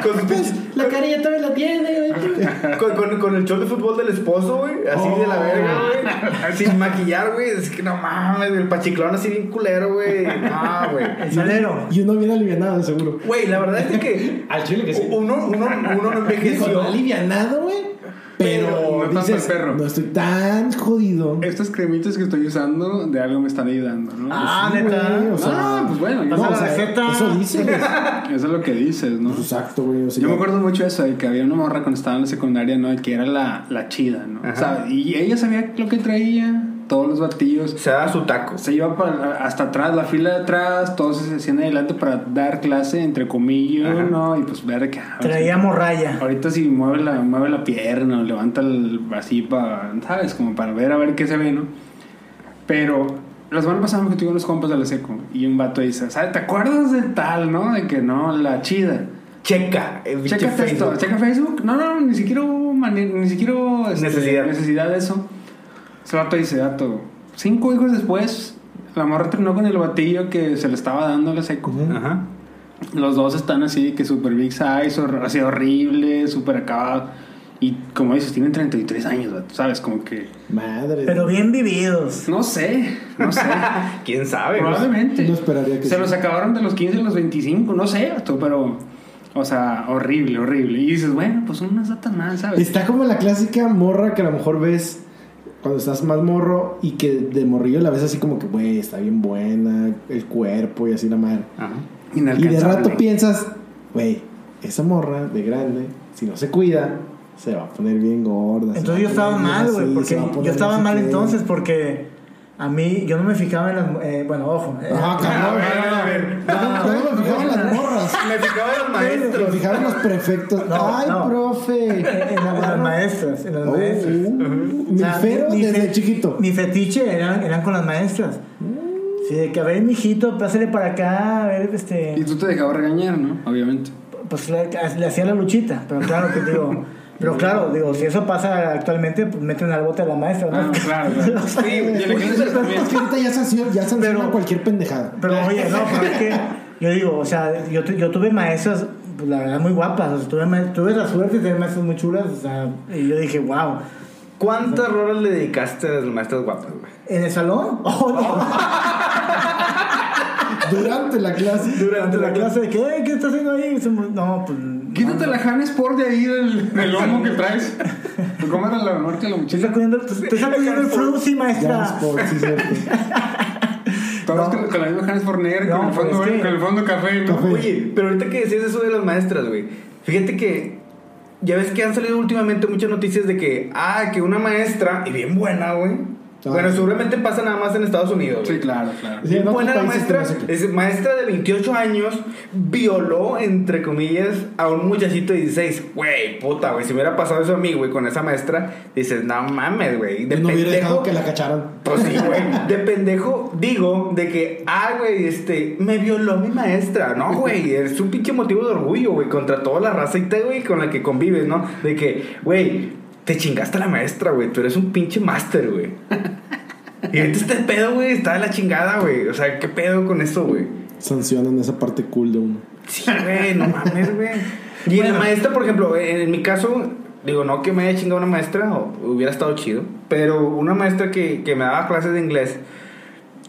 C: con sus pinches-
D: pues la carilla todavía la tiene, güey.
C: Con, con- con el show de fútbol del esposo, güey. Así de la verga, güey. Sin maquillar, güey. Es que no mames, güey, El pachiclón así bien culero, güey. No, güey.
A: El salero.
D: Y uno viene alivianado, seguro.
C: Güey, la verdad es de que.
D: Al chile que
C: Uno, uno, uno no
D: Dijo,
C: envejeció.
D: no alivianado, güey. Pero,
B: Pero no tanto
D: dices,
B: el perro.
D: no estoy tan jodido. Pues
B: Estas cremitas que estoy usando de algo me están ayudando, ¿no?
A: Ah,
D: Sí,
A: neta.
D: güey, o sea,
B: Ah, pues bueno,
A: No,
D: No,
A: la
D: o sea,
A: receta.
D: Eso dice, güey.
B: eso es lo que dices, ¿no?
D: Pues Exacto, güey. o sea,
B: Yo me acuerdo mucho de eso, de que había una morra cuando estaba en la secundaria, ¿no? Que era la, la chida, ¿no?
C: Ajá.
B: O sea, y ella sabía lo que traía, todos los batillos.
C: Se da su taco.
B: Se iba para- hasta atrás, la fila de atrás, todos se hacían adelante para dar clase, entre comillas,
C: Ajá.
B: ¿no? Y pues ver que... ah,
A: Traía morralla.
B: Ahorita si mueve la, mueve la pierna, o levanta el, así para, ¿sabes? Como para ver a ver qué se ve, ¿no? Pero la semana pasada que tuve unos compas de la seco y un vato dice, ¿sabes? ¿Te acuerdas de tal, no? De que no, la chida.
C: Checa. eh, pinche
B: Checa esto,
C: Facebook.
B: checa Facebook. No, no, ni siquiera hubo mani- ni siquiera hubo, este,
C: Necesidad.
B: necesidad de eso. Ese vato dice, dato, cinco hijos después, la morra terminó con el batillo que se le estaba dando a la seco.
C: Ajá.
B: Los dos están así, que super big size, hor- así horrible, super acabado. Y como dices, tienen 33 años, vato, ¿sabes? Como que.
D: Madre.
A: Pero bien vividos.
B: No sé, no sé.
C: ¿Quién sabe? güey?
B: Probablemente.
D: Pues, No esperaría que
B: Se
D: sí.
B: los acabaron de los 15 a los 25, no sé, vato, pero. O sea, horrible, horrible. Y dices, bueno, pues unas datas más, ¿sabes?
D: Está como la clásica morra que a lo mejor ves cuando estás más morro y que de morrillo la ves así como que, güey, está bien buena, el cuerpo y así la madre.
C: Ajá.
D: Y de
B: Inalcanzable.
D: rato piensas, güey, esa morra de grande, si no se cuida, se va a poner bien gorda. se va
A: Entonces
D: a
A: yo estaba
D: poner bien
A: mal, güey,
D: así,
A: porque
D: se va a poner
A: yo estaba
D: no sé
A: mal
D: qué".
A: entonces porque A mí, yo no me fijaba en las. eh, bueno, ojo. eh,
D: Ah,
B: A
D: cabrón.
B: ver, a ver.
D: Yo no- yo no me fijaba en las morras.
C: Me fijaba en los
D: Me
C: maestros.
D: fijaba en los prefectos.
A: No,
D: Ay,
A: no.
D: profe.
A: en, en las, las maestras. En las
D: Oh, uh,
A: maestras. O
D: mi
A: sea,
D: fero
A: mi- mi
D: desde
A: fe-
D: chiquito.
A: Mi fetiche eran, eran con las maestras. Sí, de que a ver, mijito, pásale para acá, a ver, este.
B: Y tú te dejabas regañar, ¿no? Obviamente.
A: pues le, le hacía la luchita, pero claro que digo, pero claro, digo, si eso pasa actualmente, pues meten al bote a la maestra, ¿no?
B: Ah, claro, claro.
C: Sí,
B: Y en la iglesia también.
D: Es que ahorita ya sancionan ya sancionan
A: Pero-
D: cualquier pendejada.
A: Pero oye, no, pero es que yo digo, o sea, yo, tu- yo tuve maestras, pues, la verdad, muy guapas, o sea, tuve, ma- tuve la suerte de tener maestras muy chulas, o sea, y yo dije, wow,
C: ¿Cuántas horas le dedicaste a las maestras guapas, güey?
A: ¿en el salón? Oh, no.
D: Durante la clase.
A: Durante la clase de que, "Ey, ¿qué estás haciendo ahí? No, pues...
B: Quítate la Han Sport de ahí del, del hombro que traes. Te comes la norte de la
A: Te
B: mochila.
A: está cuidando, te está sacudiendo el flu, sí,
D: Ya es
A: maestra.
D: por sí, cierto.
B: Todos con, con la misma Han Sport negra,
A: No,
B: con, el fondo,
A: pues,
B: verde,
A: sí.
B: con el fondo café, ¿no?
D: Café.
C: Oye, pero ahorita que decías eso de las maestras, güey. Fíjate que ya ves que han salido últimamente muchas noticias de que, ah, que una maestra, y bien buena, güey.
D: Ah.
C: Bueno, seguramente pasa nada más en Estados Unidos.
B: Sí,
C: güey.
B: claro, claro.
D: Sí, en
C: Bien
D: otros
C: buena la
D: países
C: maestra,
D: te lo hacen.
C: es maestra de 28 años, violó, entre comillas, a un muchachito de 16. Güey, puta, güey, si me hubiera pasado eso a mí, güey, con esa maestra, dices, no mames, güey. De
D: No hubiera dejado
C: pendejo,
D: que la cacharan.
C: pues sí, güey. De pendejo digo de que, ah, güey, este, me violó mi maestra, ¿no, güey? Es un pinche motivo de orgullo, güey, contra toda la racita, güey, con la que convives, ¿no? De que, güey, te chingaste a la maestra, güey, tú eres un pinche máster, güey. Y ahorita este pedo, güey, está de la chingada, güey. O sea, ¿qué pedo con eso, güey?
D: Sancionan esa parte cool de uno.
C: Sí, güey, no mames, güey. Y en la maestra, por ejemplo, en en mi caso, digo, no que me haya chingado una maestra, o- hubiera estado chido, pero una maestra que, que me daba clases de inglés,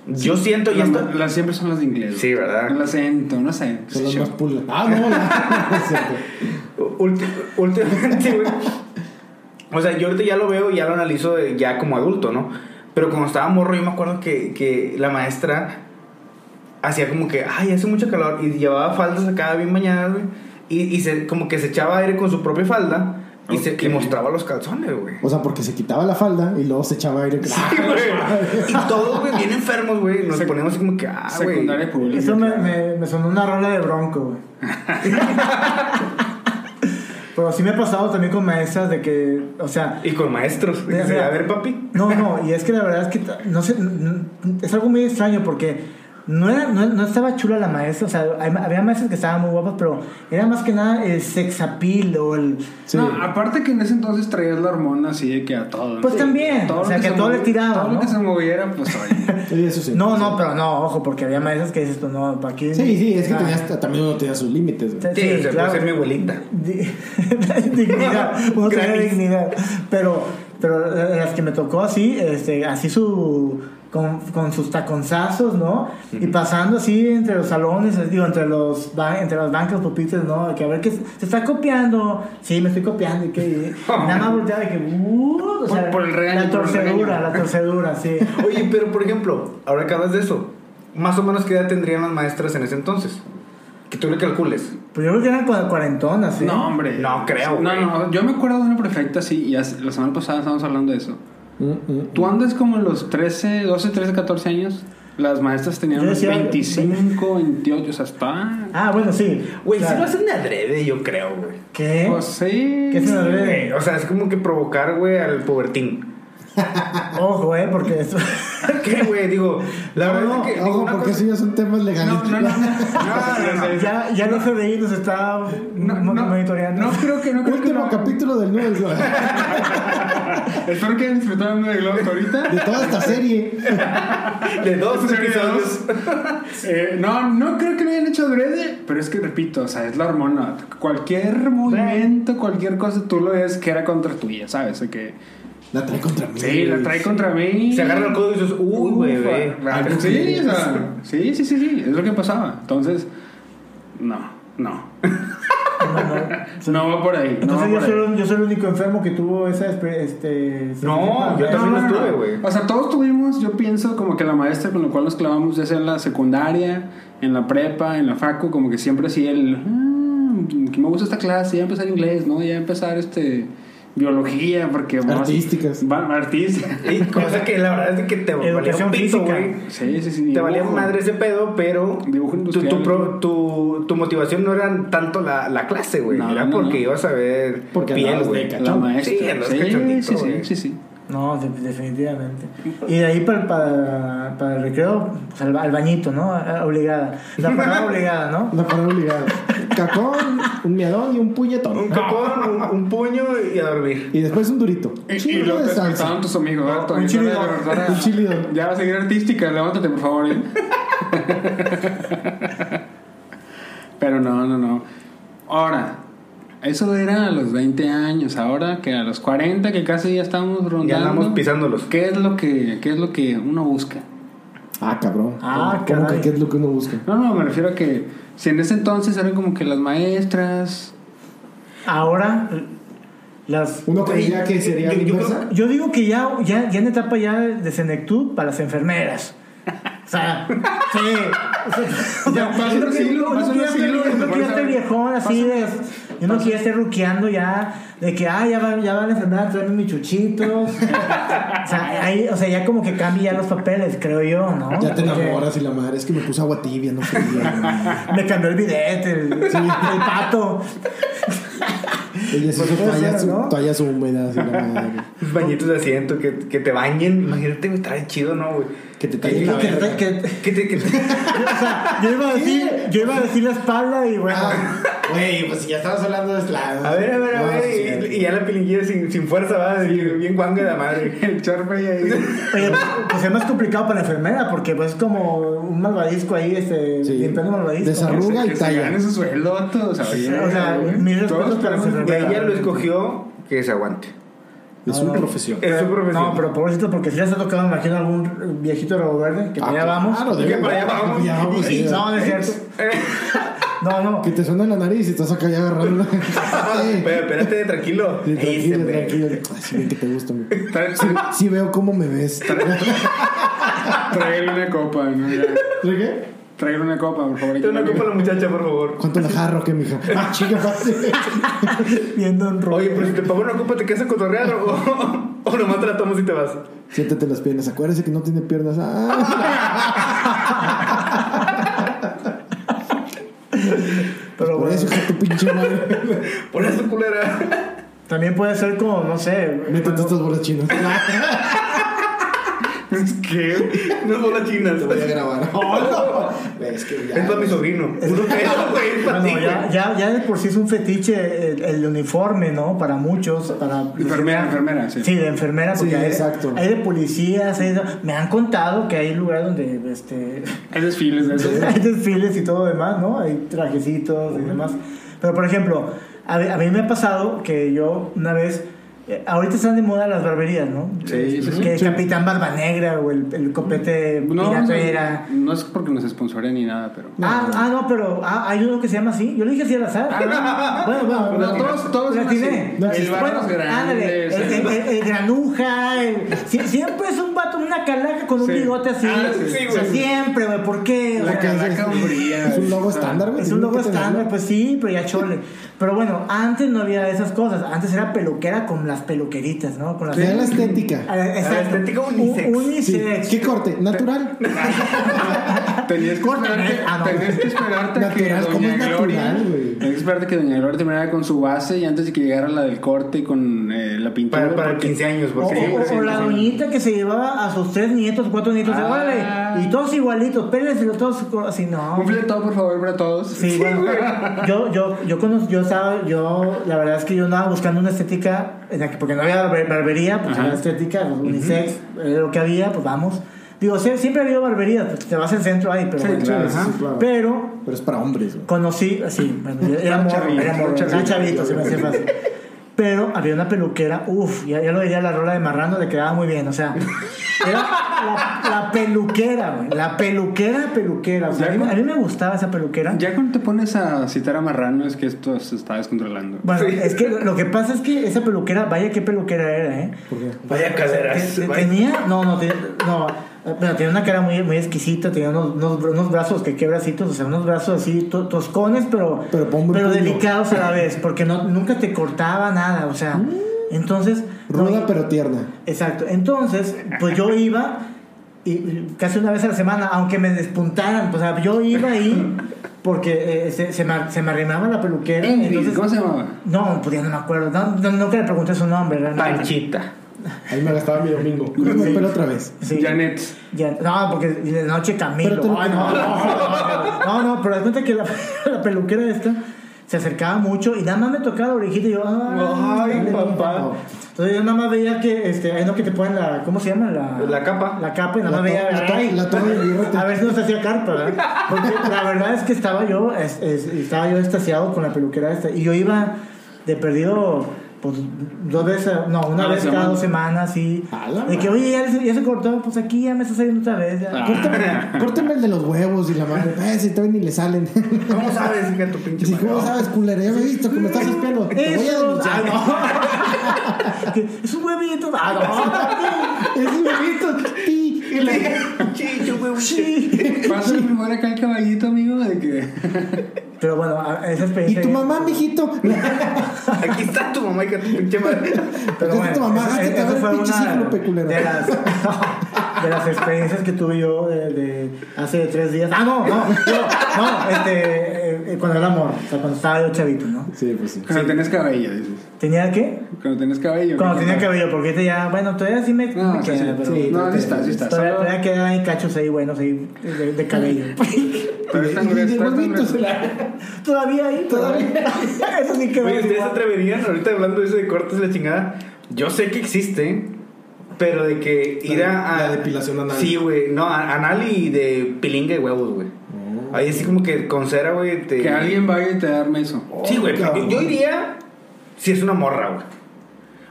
C: yo siento, y
B: Las
C: esto...
B: las siempre son las de inglés.
C: Sí, ¿verdad?
B: El acento, no sé.
D: Son
B: Sí,
D: las
B: yo.
D: más pulgas. Ah, no, la- no es cierto.
C: ulti- últimamente, güey, O sea, yo ahorita ya lo veo y ya lo analizo de- ya como adulto, ¿no? Pero cuando estaba morro, yo me acuerdo que, que la maestra hacía como que, ay, hace mucho calor, y llevaba faldas acá bien bañadas, güey, y, y se, como que se echaba aire con su propia falda y, se, y
B: Ok.
C: mostraba los calzones, güey.
D: O sea, porque se quitaba la falda y luego se echaba aire. Ah,
C: Y todos, güey, bien enfermos, güey, nos
B: Sec-
C: poníamos así como que, ah, güey.
B: Secundaria pública.
A: Eso me,
B: claro.
A: me, me sonó una rola de bronco, güey. Pero sí me ha pasado también con maestras de que, o sea,
C: Y con maestros.
A: Mira,
C: que se,
A: mira.
C: a ver, papi.
A: no, no, y es que la verdad es que, ta- no sé, n- n- es algo muy extraño porque no, era, no, no estaba chula la maestra, o sea, hay ma- había maestras que estaban muy guapas, pero era más que nada el sex appeal o el...
D: Sí.
B: No, aparte que en ese entonces traías la hormona así de que a todo.
A: Pues también, o
B: lo
A: sea, que
B: se
A: todo le
B: movi-
A: tiraba,
B: Todo lo
A: ¿no?
B: que se moviera, pues oye.
D: Sí, eso sí.
A: No, no, pero no, ojo, porque había maestras que dices tú, no, para aquí...
D: Sí, sí, es que
A: Ah,
D: tenías- también uno tenía sus límites. güey.
C: Sí, o sea, puede ser mi abuelita.
A: Di- dignidad, uno tenía
C: Gratis.
A: dignidad. Pero, pero las que me tocó así, este, así su. Con, con sus taconzazos, ¿no? Y pasando así entre los salones, digo, entre los ba- entre las bancas pupitres, ¿no? Que a ver que se se está copiando. Sí, me estoy copiando y que y nada más volteaba de que uh, o
B: Por-
A: sea,
B: por el regaño,
A: la
B: por el
A: torcedura,
B: regaño.
A: la torcedura, sí.
C: Oye, pero por ejemplo, ahora acabas de eso. Más o menos, ¿qué edad tendrían las maestras en ese entonces? Que tú le calcules.
A: Pues yo creo que eran cua- cuarentonas, ¿eh? ¿sí?
B: No, hombre.
C: No creo,
B: No,
C: güey.
B: no, yo me acuerdo de una prefecta así, y hace- la semana pasada estábamos hablando de eso.
D: Mm, mm.
B: Tú andas como en los 13, 12, 13, 14 años. Las maestras tenían
A: Yo
B: unos
A: decía-
B: 25, 28, o sea, está.
A: Ah, bueno, sí.
C: Güey, si
A: claro.
C: lo hacen de adrede, yo creo, güey.
A: ¿Qué?
B: Pues sí.
A: ¿Qué ¿Eh? es una red?
C: Güey, O sea, es como que provocar, güey, al pubertín.
A: Ojo, eh, porque eso.
C: ¿Qué, güey? Digo, la
A: No,
C: verdad
A: no,
C: es que. digo,
D: Ojo,
C: una
D: porque
C: cosa-
D: eso ya son temas legales.
B: No, no, no. no, no, no,
A: Ya, ya el FBI nos está
B: no,
A: mo-
B: no,
A: monitoreando.
B: no creo que no creo que
D: Último
B: no.
D: capítulo del nuevo güey.
B: Espero que hayan disfrutado hablando de Globos ahorita.
D: de toda esta serie.
C: De dos
B: Estos
C: episodios.
B: Eh, no, no creo que lo hayan hecho adrede, pero es que repito, o sea, es la hormona. Cualquier movimiento, cualquier cosa, tú lo ves que era contra tuya, ¿sabes? O que,
D: La trae contra mí.
B: sí, la trae contra mí.
C: Se agarra el codo y dices, uy, güey,
B: Ufa.
C: güey.
B: Ah,
D: Algo
B: Sí,
D: que-
B: o sea, sí, sí, sí, sí, es lo que pasaba. Entonces, no, no.
A: No, no.
B: No va por ahí. No va
A: Entonces yo,
B: por ahí.
A: soy, el- yo soy el único enfermo que tuvo esa. espe- Este,
C: No, yo también
B: No, no,
C: lo estuve,
B: no.
C: güey.
B: O sea, todos tuvimos, yo pienso, como que la maestra con la cual nos clavamos, ya sea en la secundaria, en la prepa, en la facu, como que siempre así el. "Ah, que me gusta esta clase, ya empezar inglés, ¿no? Ya empezar este. biología, porque vamos-
D: Artísticas.
B: Va- artística.
C: Y cosa que la verdad es de que te valía
A: Educación
C: un pito,
A: física.
C: güey.
B: Sí, sí, sí.
C: Te valía
B: dibujo.
C: madre ese pedo, pero
B: Dibujo
C: tu,
B: industrial.
C: tu pro- tu- tu motivación no era tanto la, la clase, güey.
B: No,
C: era
B: no,
C: porque
B: no.
C: ibas a ver
D: Porque
C: piel,
D: andabas de
C: güey.
D: ca-
B: La
C: Sí,
B: maestra.
C: andas
B: Sí, sí,
C: cachondito,
B: sí, sí,
C: güey.
B: sí, sí.
A: No, de- definitivamente. Y de ahí para, para, para el recreo, pues al, ba- al bañito, ¿no? A- a- Obligada. La parada obligada, ¿no?
D: La palabra obligada. Cacón, un miadón y un
C: Un
D: puñetón.
C: copón, un, un puño y a dormir.
D: Y después un durito.
B: Y, y
D: Chingo
B: lo
D: de
B: te
D: salsa.
B: escucharon tus amigos. ¿verdad?
A: un
B: Todavía no
A: chilidón,
B: era verdad.
D: un chilidón.
B: Ya va a seguir artística, levántate, por favor. ¿eh? Pero no, no, no. Ahora, eso era a los 20 años. Ahora que a los 40, que casi ya estamos rondando.
C: Ya andamos pisándolos.
B: ¿Qué es lo que, qué es lo que uno busca?
D: Ah, cabrón.
A: Ah,
D: ¿Cómo
A: caray.
D: que qué es lo que uno busca?
B: No, no, me refiero a que si en ese entonces eran como que las maestras.
A: Ahora, las.
D: Uno creía que sería
C: Yo-
D: la
C: yo
D: inversa.
C: creo-
A: Yo digo que ya, ya, ya en etapa ya de senectud para las enfermeras. O sea, sí. O sea,
B: Ya
A: yo
B: pasa
A: creo
B: un
A: que
B: siglo,
A: uno
B: pasa un
A: quiere ser-
B: siglo,
A: uno quiere
B: pasa-
A: ser viejón así
B: pasa-
A: de. Uno quiere estar ruqueando ya, de que, ah, ya va, ya va la enfermera a traerme mis chuchitos. o, sea, ahí- o sea, ya como que cambia ya los papeles, creo yo, ¿no?
D: Ya te
A: Porque
D: enamoras y la madre. Es que me puse agua tibia, no fría.
A: Me cambió el bidete, el, el pato.
D: Ella se hizo
A: Pues puede
D: toallas,
A: ser, ¿no?
D: toallas húmedas y la madre.
C: Los bañitos de asiento, que, que te bañen. Imagínate, me trae chido, ¿no, güey?
D: Que te tallen la
A: Que-
D: verga.
A: que-
C: Que te... Que te-
A: o sea, yo iba a decir, yo iba a decir la espalda y bueno.
D: Ah, Güey, pues si ya estabas hablando de esclavos.
C: A ver, a ver, a
D: No,
C: ver.
D: sí,
C: y- Y, ya la pilinguilla sin, sin fuerza, va. así, Bien guanga de la madre.
B: El charpe y ahí.
A: Oye, pues es más complicado para la enfermera porque pues es como un malvadisco ahí, este,
D: Sí.
A: limpiando un malvadisco.
D: Desarrollo. Arruga
B: Que
D: y
B: se
D: talla.
B: ganen su sueldo, tú, o sea,
A: Sí,
B: oye,
A: o sea,
B: güey.
A: mis respetos
B: Todos
A: para los
B: tenemos-
C: Y ella lo escogió que se aguante.
D: Es una
A: No.
D: profesión.
C: Es su profesión.
A: No, pero pobrecito, porque si les ha tocado, me imagino, algún viejito robo verde, que
D: Ah,
A: para allá vamos.
D: claro,
C: Que para allá vamos.
D: Ya vamos,
A: Sí,
D: pues, sí,
A: no, no es cierto. No, no.
D: Que te suena en la nariz y estás acá ya agarrando. Sí,
C: Pero espérate, tranquilo. Ahí
D: sí,
C: se
D: tranquilo,
C: ve.
D: tranquilo. Ay, sí, bien que te gusta, güey.
B: Trae- tra-
D: Sí veo cómo me ves.
B: Tráigale una copa, ¿no? Ya.
D: ¿Por qué?
B: Tráigale una copa, por favor.
C: Te una copa a la muchacha, por favor.
D: ¿Cuánto la jarro que, mija? Ah, chica, fácil.
A: Viendo un robo.
C: Oye,
D: pues,
C: pero si te pago una copa, ¿te quedas a cotorrear o, o nomás te la tomas y te vas?
D: Siéntate las piernas. Acuérdese que no tiene piernas. Ah,
A: Pero
D: pues, por
A: bueno,
D: eso, hija, tu pinche madre.
C: Por eso, culera.
A: también puede ser como, no sé.
D: Métete
A: cuando-
D: estas bolas chinas.
A: Ah,
B: ¿Qué?
C: No es bola china.
D: Te voy a grabar. Es que ya.
C: Es para mi sobrino. Uno pedo, güey. Es para ti,
A: Bueno, ya,
C: güey.
A: ya, ya de por sí es un fetiche el, el uniforme, ¿no? Para muchos, para...
B: Enfermera, enfermera, sí.
A: Sí, de enfermera, porque
D: Sí,
A: hay,
D: exacto.
A: hay de policías, hay de- me han contado que hay lugares donde este,
B: Hay desfiles de esos.
A: hay desfiles y todo demás, ¿no? Hay trajecitos y demás. Pero, por ejemplo, a, mí- a mí me ha pasado que yo una vez, eh, ahorita están de moda las barberías, ¿no? Este,
B: Sí, sí, sí.
A: Que el
B: Sí.
A: Capitán Barba Negra o el, el copete
B: No, o sea,
A: piratera.
B: no es porque nos sponsoren ni nada, pero.
A: Ah, ah, no, pero ah, hay uno que se llama así. Yo le dije así al azar. bueno, bueno,
B: No, Ah. todos- todos
A: la
B: son
A: atiné.
B: así. No, El Barros
A: ándale,
B: Grandes,
A: el, el- el- el granuja. el- si- siempre es un vato, una calaca con un
B: Sí.
A: bigote así.
B: Ah, sí,
C: sí,
A: O sea,
C: güey.
A: siempre, güey, ¿por qué? O
B: La
A: sea,
B: calaca umbría.
D: Es un logo
B: o sea,
D: estándar, güey.
A: es un logo
D: Tiene que tenerlo.
A: estándar, pues sí, pero ya chole. Pero bueno, antes no había esas cosas. Antes era peluquera con las peluqueritas, ¿no? Con las
D: Vean la estética.
A: Ah, Exacto.
C: estética
A: Un-
C: unisex.
D: Sí.
A: unisex.
D: ¿Qué corte? ¿Natural?
B: Tenías que
A: Córtame.
B: esperarte,
A: Ah, no.
B: tenías que esperarte a que
D: Natural, ¿cómo
B: Doña
D: es natural,
B: Gloria.
D: güey?
B: Tenías que esperarte que Doña Gloria terminara con su base y antes de que llegara la del corte y con eh, la pintura.
C: Para, para
B: porque-
C: 15 años,
A: O,
C: porque.
B: Sí,
A: o- o
B: sí,
A: Oh, la
B: sí.
A: doñita que se llevaba a sus tres nietos, cuatro nietos,
B: Ah.
A: órale, y todos igualitos, peles y todos co- así, no.
B: Un fletón, por favor, para todos.
A: Sí, bueno, yo, yo, yo, conoz- yo estaba, yo, la verdad es que yo andaba buscando una estética, en la que- porque no había barbe- barbería, pues
B: Ajá.
A: había estética, pues, unisex, era lo que había, pues vamos. Digo, sí, siempre ha habido barbería, pues, te vas al centro ahí, pero
B: Sí,
A: bueno.
B: claro, sí,
A: Ajá.
D: sí, claro.
A: Pero
D: Pero es para hombres, güey.
A: Conocí, sí, bueno, yo era morro,
B: Chavito,
A: era morro, era
B: chavito.
A: chavito, se me hacía fácil. Pero había una peluquera, uff, ya, ya lo diría la rola de Marrano, le quedaba muy bien, o sea, era la, la peluquera, güey, la peluquera, peluquera. o sea, a, mí, me- a mí me gustaba esa peluquera.
B: Ya cuando te pones a citar a Marrano es que esto se está descontrolando.
A: Bueno,
C: Sí.
A: es que lo que pasa es que esa peluquera, vaya qué peluquera era, ¿eh?
D: ¿Por qué?
C: Vaya caderas.
A: Te- te-
C: vaya-
A: Tenía, no, no, tenía, no, pero tenía una cara muy, muy exquisita, tenía unos, unos, bra- unos brazos, que qué bracitos, o sea, unos brazos así to- toscones, pero,
D: Pero pa' un buen puño.
A: delicados a la vez, porque no, nunca te cortaba nada, o sea, Entonces. no,
D: Mm. Ruda
A: y-
D: pero tierna.
A: Exacto. Entonces, pues yo iba y- y casi una vez a la semana, aunque me despuntaran, pues, o sea, yo iba ahí porque eh, se, se me, ar- se me arrimaba la peluquera.
B: Ingrid,
A: entonces-
B: ¿Cómo se llamaba?
A: no, pues ya no me acuerdo. No, no, nunca le pregunté su nombre, realmente.
C: Panchita.
D: Ahí me gastaba mi domingo. Cruz
A: Sí.
D: pero otra vez.
A: Sí.
B: Janet.
A: Ya- no, porque de noche
D: Pero
A: Camilo.
D: te lo-
A: Ay, no, no, no, no, pero das cuenta que la, la peluquera esta se acercaba mucho y nada más me tocaba la orejita y yo. Ay,
C: Ay,
A: dale,
C: papá.
A: Entonces yo nada más veía que, este, ahí no que te ponen la, ¿cómo se llama? La,
C: La capa.
A: La capa y nada
D: La
A: más
D: to-
A: veía.
D: la to-
A: ay,
D: la toma del birrote.
A: a ver si no se hacía carpa, ¿verdad? Porque la verdad es que estaba yo, es- es- estaba yo estasiado con la peluquera esta y yo iba de perdido. Pues dos veces, no, una
B: Cada
A: vez cada
B: semana.
A: dos semanas, sí.
D: A la
A: De que,
D: madre.
A: oye, ya se, ya se cortó, pues aquí ya me está saliendo otra vez. ya. Pues,
B: Ah.
D: Córtame, córtame el de los huevos y la madre. Eh, si todavía ni le salen.
C: ¿Cómo sabes, hija de tu pinche
D: Si
C: madre?
D: ¿cómo sabes, culera? Ya me he visto que me estás esperando. Te voy a
A: Eso,
D: denunciar.
A: ah, pues, no. Que es un huevito. Ah,
D: Es un huevito. ti.
C: Chicho, güey,
A: no.
C: chicho.
A: Sí.
B: Pásale mejor acá el caballito, amigo, de que.
A: Pero bueno, a- esa
D: Y
A: experiencia.
D: tu
A: ya-
D: mamá, mijito.
C: Aquí está tu mamá, hija de tu pinche madre.
A: Pero
D: Esa es tu mamá,
A: esa-
D: hazte
A: esa
D: cagar el
A: fue
D: pinche
A: una
D: cíclope, culero.
A: de las, de las experiencias que tuve yo de, de hace tres días. Ah, no, no, yo, no, este, eh, cuando era amor, o sea, cuando estaba yo chavito, ¿no?
D: Sí, pues sí.
B: Cuando tenés cabello, dices.
A: ¿Tenía qué?
B: Cuando tenés cabello.
A: Cuando
B: ¿qué
A: tenía
B: pasa?
A: cabello, porque este ya, bueno, todavía sí me,
B: No,
A: me
B: o sea,
A: queda,
B: sí,
A: pero
B: sí, no, sí está, sí está.
A: todavía,
B: Solo-
A: todavía quedan ahí cachos ahí buenos ahí de, de cabello.
B: Pero esta
D: Y- y
B: mujer
D: de
B: está-
D: huevitos.
A: todavía ahí, todavía. Eso sí que
C: Oye,
A: bueno,
C: ¿ustedes se
A: igual.
C: atreverían ahorita hablando de eso de cortes la chingada? Yo sé que existe, pero de que ir a.
D: la
C: a-
D: depilación anal.
C: Sí, güey. No, a- anal y de pilinga y huevos, güey.
D: Oh.
C: Ahí así como que con cera, güey. Te...
B: Que alguien vaya y te darme eso.
C: Sí, güey.
D: Oh, Cabrón.
C: yo- Yo iría si es una morra, güey.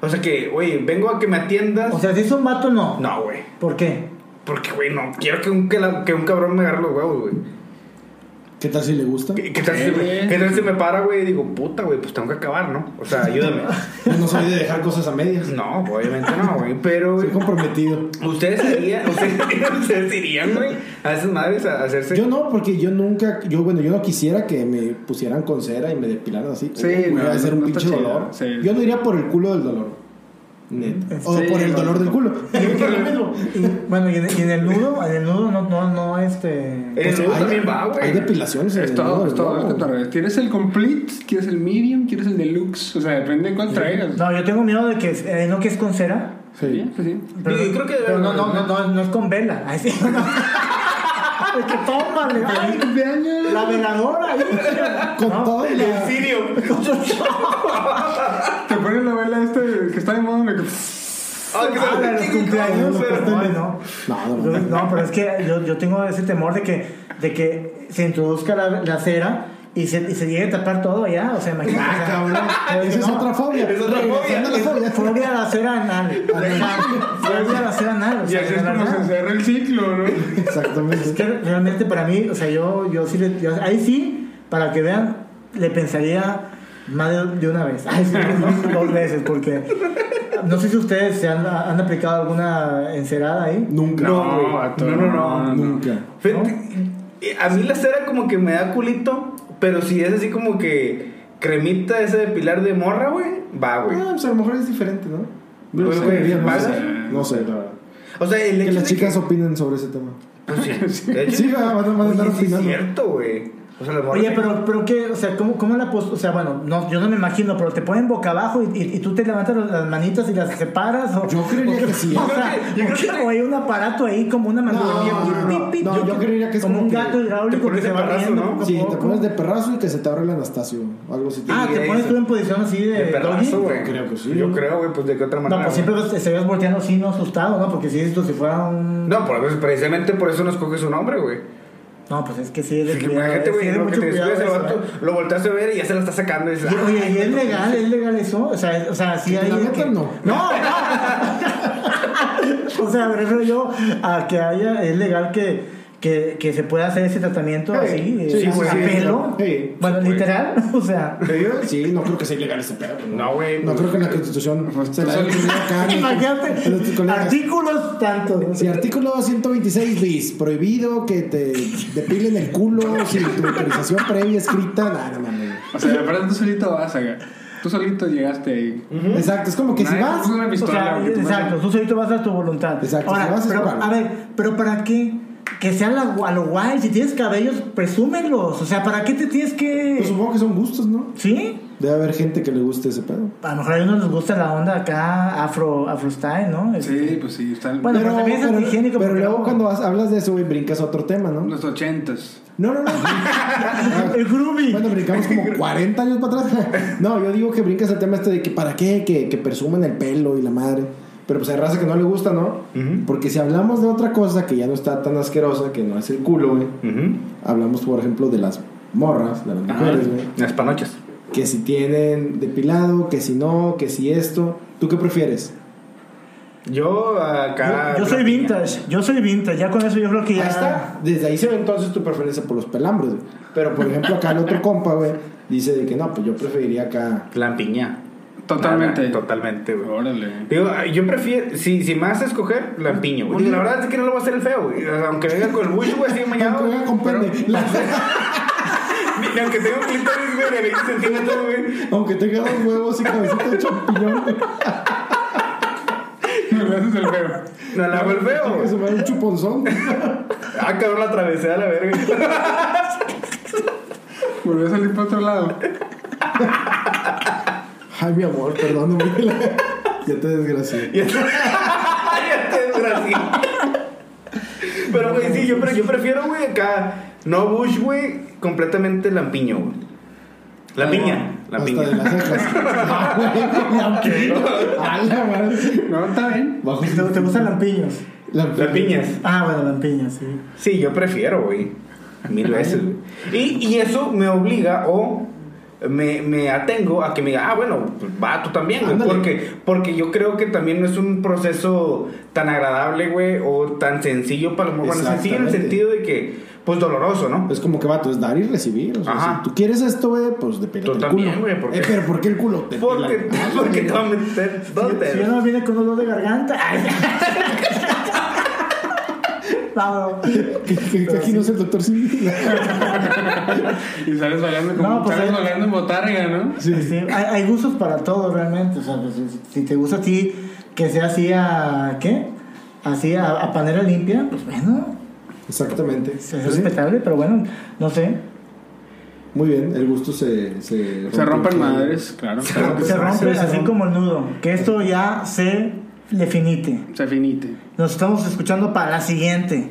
C: O sea que, güey, vengo a que me atiendas.
A: O sea, si es un vato, no.
C: no, güey.
A: ¿Por qué?
C: Porque, güey, no quiero que un, que la- que un cabrón me agarre los huevos, güey.
D: ¿Qué tal si le gusta?
C: ¿Qué, qué tal si
B: Sí,
C: me,
B: güey.
C: qué tal si me para, güey? Y digo, puta, güey, pues tengo que acabar, ¿no? O sea, ayúdame.
D: Yo no soy de dejar cosas a medias.
C: no, obviamente no, güey. Pero, güey,
D: Soy comprometido.
C: ¿Ustedes irían, ustedes, ustedes irían, güey, a esas madres a hacerse?
D: Yo no, porque yo nunca, yo bueno, yo no quisiera que me pusieran con cera y me depilaran así.
B: Sí,
D: Uy,
B: no,
D: iba a
B: no,
D: ser un
B: no está
D: pinche
B: chido,
D: dolor.
B: sí.
D: Yo no iría por el culo del dolor. Neta. O
B: Sí,
D: por el
B: no,
D: dolor
B: no.
D: del culo.
A: Y, bueno, y en, y en el nudo, en el nudo no, no, no, este.
C: El nudo también va, güey.
D: pues, hay depilaciones en
B: Es
D: el
B: todo,
D: nudo,
B: es todo,
D: ¿no?
B: es cotorreo. ¿Quieres el complete? ¿Quieres el medium? ¿Quieres el deluxe? O sea, depende de cuál traigas.
A: No, yo tengo miedo de que es- eh, no que es con cera.
D: Sí.
B: Pues sí.
A: Pero,
C: Yo creo que-
A: pero no, no, no, no, no es con vela. Ay, sí, no. Es que tómale, ay,
B: ¡Feliz cumpleaños!
A: la veladora. ahí.
D: Con
A: No,
D: todo y la-
C: Sirio.
B: Te pones la vela esta que está de moda. la que-
C: Ah, que se
A: Ah,
C: lo-
A: la de los cumpleaños,
C: pero-
A: pero ay, no.
D: No, no,
A: Yo-
D: no.
A: No, pero es que yo, yo tengo ese temor de que, de que se introduzca la, la cera y se, y se llegue a tapar todo allá. O sea, imagínate.
D: Ah, cabrón. Esa es
A: No.
D: otra fobia.
C: Es otra fobia.
D: Regresando a la fobia.
A: Fobia a la cera anal. Fobia a la cera anal. O
B: Y
A: sea,
B: así
A: de
B: es como
A: verdad.
B: se cierra el ciclo, ¿no?
A: Es
D: Exactamente.
A: que realmente para mí, o sea, yo, yo sí le. yo- ahí sí, para que vean, le pensaría más de, de una vez. Ay, sí, dos veces, porque. No sé si ustedes se han, han aplicado alguna encerada ahí.
D: Nunca.
C: No, güey.
B: vato,
C: No, no, no,
D: Nunca.
C: Fíjate, eh, A mí la cera como que me da culito, pero si es así como que cremita esa de pilar de morra, güey, va, güey.
D: Ah, pues a lo mejor es diferente, ¿no? No
C: Pues,
D: sé,
C: güey,
D: no
C: ¿vas?
D: sé. No sé, la verdad.
C: O sea, el
D: Que
C: hecho
D: las
C: de
D: chicas opinen sobre ese tema.
C: Pues sí, de hecho-
D: Sí, va, van a- van a
C: Oye,
D: andar
C: sí es
D: opinando.
C: cierto, güey. O sea, las morras-
A: Oye, pero, pero qué, o sea, ¿cómo, cómo la pos- O sea, bueno, no, yo no me imagino, pero te ponen boca abajo y, y- y tú te levantas los- las manitas y las separas. O,
D: Yo creería
A: o-
D: que sí.
A: O sea,
C: Yo creo que-
A: o hay un aparato ahí como una mandoría.
D: no, no, no. No, yo creería que es
A: como
D: como
A: un
D: que
A: gato hidráulico que
C: pones
A: se
C: de
A: va
C: parrazo,
A: riendo
C: ¿no?
A: poco a
D: Sí, te
A: poco.
D: pones de perrazo y que se te abre el Anastasio. Algo así.
A: Ah, te
C: Sí,
A: pones
C: eso.
A: tú en posición así de,
C: de pedazo,
A: doggy.
C: güey.
D: Yo eh, creo que sí.
C: Yo creo, güey, pues de qué otra manera.
A: No, pues
C: güey?
A: siempre vas- estarías volteando así, no asustado, ¿no? Porque si esto si fuera un.
C: No, por, pues, precisamente por eso nos coge su nombre, güey.
A: No, pues es que sí, es de
C: Sí,
A: cuidado,
C: Imagínate,
A: sí,
C: güey,
A: es de
C: lo que
A: mucho
C: te
A: cuidado
C: descuidas el
A: eso,
C: vato,
A: ¿eh?
C: lo volteaste a ver y ya se la está sacando. Y dices,
A: Y-
C: "Ah".
A: Oye, ¿y es legal? ¿Es legal eso? O sea, es- o sea sí
D: Que te
A: hay.
D: la
A: de
D: metan, no.
A: No, no. o sea, me refiero yo a que haya. Es legal que, que, que se pueda hacer ese tratamiento
D: Sí,
A: así, eh,
D: sí,
A: a
D: sí, sí,
A: pelo.
D: sí,
A: bueno,
C: sí,
A: literal, o sea.
D: ¿Te digo? Sí, no creo que sea ilegal ese pedo.
C: No, güey.
D: No creo que en la constitución se la haya tenido acá. ni- a los
A: Imagínate,
D: colegas.
A: artículos tantos. ¿no?
D: Sí, artículo 126 bis, prohibido que te depilen el culo sin tu autorización previa escrita. Nada, no, mames.
B: O sea, aparte tú solito vas acá. Tú solito llegaste ahí.
C: Ujú.
D: Exacto, es como que si
B: Nadie
D: vas.
B: puso una
A: O
B: pistola,
A: sea,
B: güey, tú
A: exacto, tú solito vas a tu voluntad.
D: Exacto, si
A: Ahora,
D: vas a
A: pero,
D: escapar.
A: a ver, pero ¿para qué? Que sea la- a lo guay. Si tienes cabellos, presúmelos. O sea, ¿para qué te tienes que...?
D: Pues supongo que son gustos, ¿no?
A: ¿Sí?
D: Debe haber gente que le guste ese pedo.
A: A lo mejor a uno les gusta la onda acá afro, afro style, ¿no? Este,
B: vas- Sí, pues sí, está
A: Bueno, pero también es antihigiénico
D: pero
A: porque
D: luego
A: no-
D: cuando vas- hablas de eso, güey, brincas a otro tema, ¿no?
B: los ochentas.
D: No, no, no.
A: El groovy.
D: Bueno, brincamos como 40 años para atrás. No, yo digo que brincas el tema este de que para qué, que, que presumen el pelo y la madre. Pero pues hay raza que no le gusta, ¿no?
C: Ujú.
D: Porque si hablamos de otra cosa que ya no está tan asquerosa, que no es el culo, güey.
C: Ujú.
D: Hablamos, por ejemplo, de las morras, de las
B: Ajá.
D: mujeres, güey.
C: Las panochas.
D: Que si tienen depilado, que si no, que si esto. ¿Tú qué prefieres?
C: Yo acá.
A: yo, yo soy
C: platica.
A: vintage, yo soy vintage, ya con eso yo creo que ya...
D: Ahí está. Desde ahí se ve entonces tu preferencia por los pelambres, güey. Pero, por ejemplo, acá el otro compa, güey, dice de que no, pues yo preferiría acá...
C: Lampiña.
B: Totalmente.
C: Nada, Totalmente, güey.
B: Órale.
C: Digo, ay, yo prefiero, si, si me haces escoger, lampiño, güey. Digo, la verdad es que no lo voy a hacer el feo, güey. O sea, Aunque venga con el bush, güey, así mañana.
D: Aunque venga con pene.
C: Ni aunque tenga un clítoris, güey, de 20 centímetros, güey.
D: Aunque tenga dos huevos y cabecita de champiñón, güey.
B: Me haces el feo.
C: No la hago el feo.
D: Que
C: güey.
D: se me da un chuponzón.
C: Ah, cabrón, la atravesé a la verga.
B: Volvió a salir para otro lado.
D: Ay, mi amor, perdóname. Ya te desgracié.
C: Ya te- ya te desgracié. este Pero, güey, sí, yo, pre- yo prefiero, güey, acá. No bush, güey, completamente lampiño, güey. Lampiña.
D: Ah, Hasta de
C: Lampiña.
D: las cejas. Ah, güey, aunque- A la madre.
B: No, está bien.
D: Bajo-
A: ¿Te, te gustan lampiños?
D: La-
C: Lampiñas.
A: Ah, bueno, lampiños, sí.
C: Sí, yo prefiero, güey. Mil veces, güey. Y, y eso me obliga o me, me atengo a que me diga, ah, bueno, pues, va tú también, güey.
D: Ándale.
C: Porque, porque yo creo que también no es un proceso tan agradable, güey, o tan sencillo para los Bueno, sencillo en el
D: Exactamente.
C: sentido de que, pues doloroso, ¿no?
D: Es como que vato, es dar y recibir. O sea,
C: Ajá.
D: si tú quieres esto, güey, pues de
C: Tú
D: pelota.
C: también,
D: culo.
C: güey, ¿por qué?
D: Eh, pero ¿por qué el culo? Te
C: Porque,
D: pelan.
C: porque te va a meter dos
A: Si
C: dedos.
A: uno viene con dolor de garganta... Ay. No, no.
D: Que- que- que aquí no es el doctor Simi.
B: Y sales bailando como.
A: No, pues
B: sales
A: ahí-
B: bailando en botarga, ¿no?
A: Sí, sí. Hay, hay gustos para todo realmente. O sea, pues, si, si te gusta a ti que sea así a. ¿Qué? Así a, a panera limpia, pues bueno,
D: Exactamente.
A: es,
D: Pues
A: es
D: sí.
A: respetable, pero bueno, no sé.
D: Muy bien, el gusto se. Se,
B: Se rompen madres, claro. claro que
A: Se rompe
D: se
A: así
D: rompe.
A: como el nudo. Que esto ya se definite.
B: Se finite.
A: Nos estamos escuchando para la siguiente.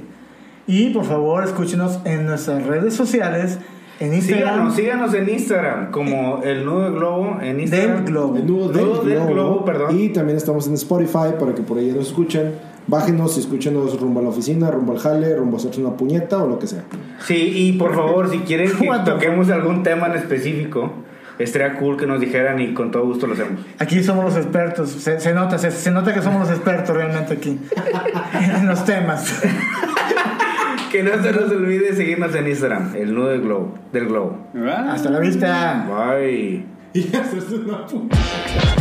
A: Y por favor, escúchenos en nuestras redes sociales, en Instagram.
C: Síganos, síganos en Instagram, como el nudo del globo en Instagram.
A: Del globo.
D: El nudo del,
C: Nudo del
D: globo.
C: globo, perdón.
D: Y también estamos en Spotify para que por ahí nos escuchen. Bájenos y escúchenos rumbo a la oficina, rumbo al jale, rumbo a hacerse una puñeta o lo que sea.
C: Sí, y por favor, si quieren que
A: What the
C: toquemos algún tema en específico, estaría cool que nos dijeran y con todo gusto lo hacemos.
A: Aquí somos los expertos. Se, se nota, se, se nota que somos los expertos realmente aquí. en los temas.
C: Que no se nos olvide seguirnos en Instagram, el nudo del globo. Del globo.
B: Ah. ¿Verdad?
A: Hasta la vista.
C: Bye.
D: Y hacerse una puñeta.